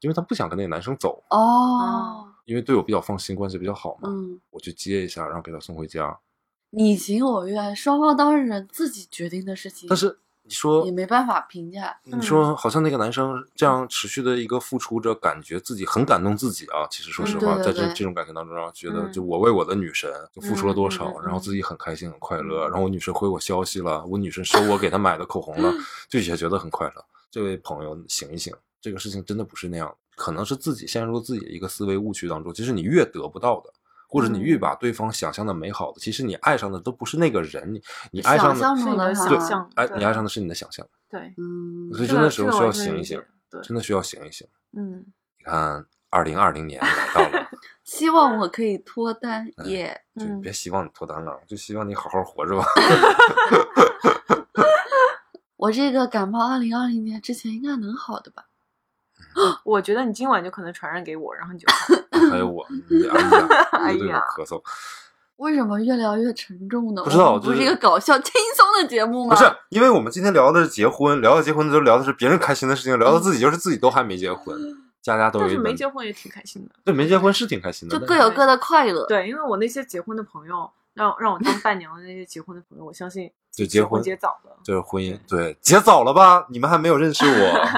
S1: 因为他不想跟那个男生走，
S3: 啊
S2: 哦，
S1: 因为对我比较放心，关系比较好嘛。
S2: 嗯，
S1: 我去接一下，然后给他送回家。
S2: 你情我愿，双方当事人自己决定的事情，
S1: 但是你说
S2: 嗯也没办法评价。
S3: 嗯
S1: 你说，好像那个男生这样持续的一个付出着，感觉自己很感动自己啊。其实说实
S2: 嗯
S1: 话，
S2: 对对
S1: 在这
S2: 对
S1: 这种感情当中，然后觉得
S3: 嗯
S1: 就我为我的女神就付出了多少
S3: 嗯嗯，嗯
S1: 然后自己很开心很快乐，
S3: 嗯
S1: 然后我女神回我消息了，我女神收我给她买的口红了，
S3: 嗯
S1: 就也觉得很快乐。这位朋友醒一醒，这个事情真的不是那样的，可能是自己陷入自己的一个思维误区当中，就是你越得不到的。或者你
S3: 嗯
S1: 越把对方想象的美好的，其实你爱上的都不是那个人，你你爱上
S2: 想
S1: 的
S2: 象
S3: 是
S2: 中
S3: 你的
S2: 他
S3: 想象，
S1: 哎，
S3: 对
S1: 你爱上的是你的想象，
S3: 对，
S2: 嗯，
S1: 所以
S3: 这
S1: 真的
S3: 个
S1: 时候
S3: 这个
S1: 需要
S3: 完全
S1: 醒
S3: 理
S1: 一醒
S3: 解，。对，
S1: 真的需要醒一醒。
S3: 嗯，
S1: 你看，二零二零年来到
S3: [laughs]
S1: 了，
S2: 希望我可以脱单
S1: 哎
S2: 耶。
S1: 就
S3: 嗯
S1: 别希望你脱单了，就希望你好好活
S3: [laughs]
S1: 着吧。
S2: 我这个感冒二零二零年之前应该能好的吧？
S3: 我觉得你今晚就可能传染给我，然后
S1: [laughs]
S3: 你就好
S1: 还有我，你
S3: [laughs]
S1: 哎呀，
S3: 哎
S1: 一对着
S3: 呀
S1: 咳嗽，
S2: 为什么越聊越沉重呢？
S1: 不知道
S2: 我们不
S1: 就是
S2: 是一个搞笑 [laughs] 轻松的节目
S1: 不
S2: 吗？
S1: 是，因为我们今天聊的是结婚，聊到结婚的时候聊的是别人开心的事情，聊到自己就是自己都还没结
S3: [laughs]
S1: 婚，家家都有
S3: 但
S1: 一
S3: 嗯是没
S1: 本。
S3: 结婚也挺开心的。
S1: 对，没结婚是挺开心的，
S2: 就
S1: 但
S2: 各有各的快乐。
S3: 对，因为我那些结婚的朋友，让让我当伴娘的那些结婚的朋友，我相信
S1: 就结
S3: 结
S1: 婚
S3: 结早了。
S1: 就是婚姻，对，结早了吧？你们还没有认识
S3: [laughs]
S1: 我。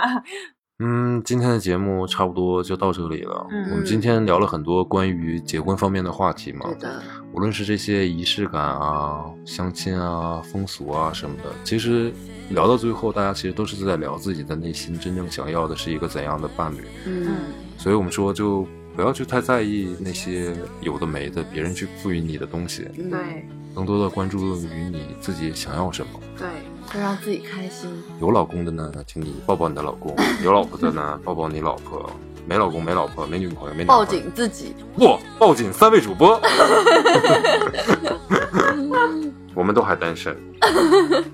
S1: 嗯，今天的节目差不多就到这里了。
S3: 嗯
S1: 我们今天聊了很多关于结婚方面的话题嘛，
S2: 对的，
S1: 无论是这些仪式感啊、相亲啊、风俗啊什么的，其实聊到最后，大家其实都是在聊自己的内心真正想要的是一个怎样的伴侣。
S2: 嗯
S1: 所以我们说，就不要去太在意那些有的没的别人去赋予你的东西，
S2: 嗯，
S3: 对
S1: 更多的关注于你自己想要什么。
S3: 对，
S2: 就让自己开心。
S1: 有老公的呢，请你抱抱你的老公；有老婆的呢，抱抱你老婆；没老公、没老婆、没女朋友、没男朋友
S2: 抱紧
S1: [laughs]
S2: 自己，
S1: 不，抱紧三位主播，我们都还单
S2: [laughs]
S1: 身。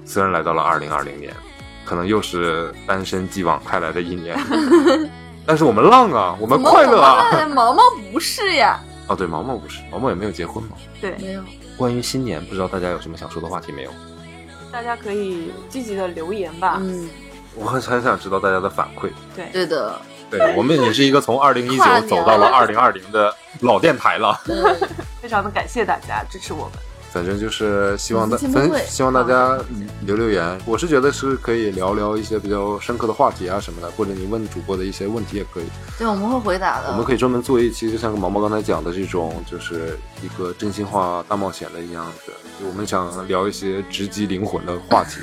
S1: 虽然来到了二零二零年，可能又是单身继往开来的一
S2: [laughs]
S1: 年，但是我们浪啊，我们快乐啊！！
S2: [laughs] 毛毛不是呀，
S1: 哦，对，毛毛不是，毛毛也没有结婚嘛。
S2: 没有，
S1: 关于新年，不知道大家有什么想说的话题没有？
S3: 大家可以积极的留言吧。
S2: 嗯，
S1: 我很很想知道大家的反馈。
S3: 对，
S2: 对的，
S1: 对我们也是一个从二零一
S2: 跨
S1: 九
S2: 年
S1: 走到了二零二零的老电台了。
S3: 非常的感谢大家支持我们。
S1: 反正就是希望大，
S2: 粉丝见
S1: 反
S2: 面会啊
S1: 希望大家嗯留留言。我是觉得是可以聊聊一些比较深刻的话题啊什么的，或者你问主播的一些问题也可以。
S2: 对，我们会回答的。
S1: 我们可以专门做一期，就像毛毛刚才讲的这种，就是一个真心话大冒险的一样子。就我们想聊一些直击灵魂的话题。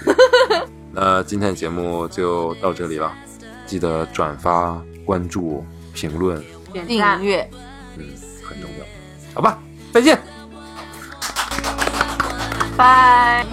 S1: [laughs] 那今天的节目就到这里了，记得转发、关注、评论，
S3: 点赞
S2: 订，阅。
S1: 嗯，很重要。好吧，再见。
S3: 拜。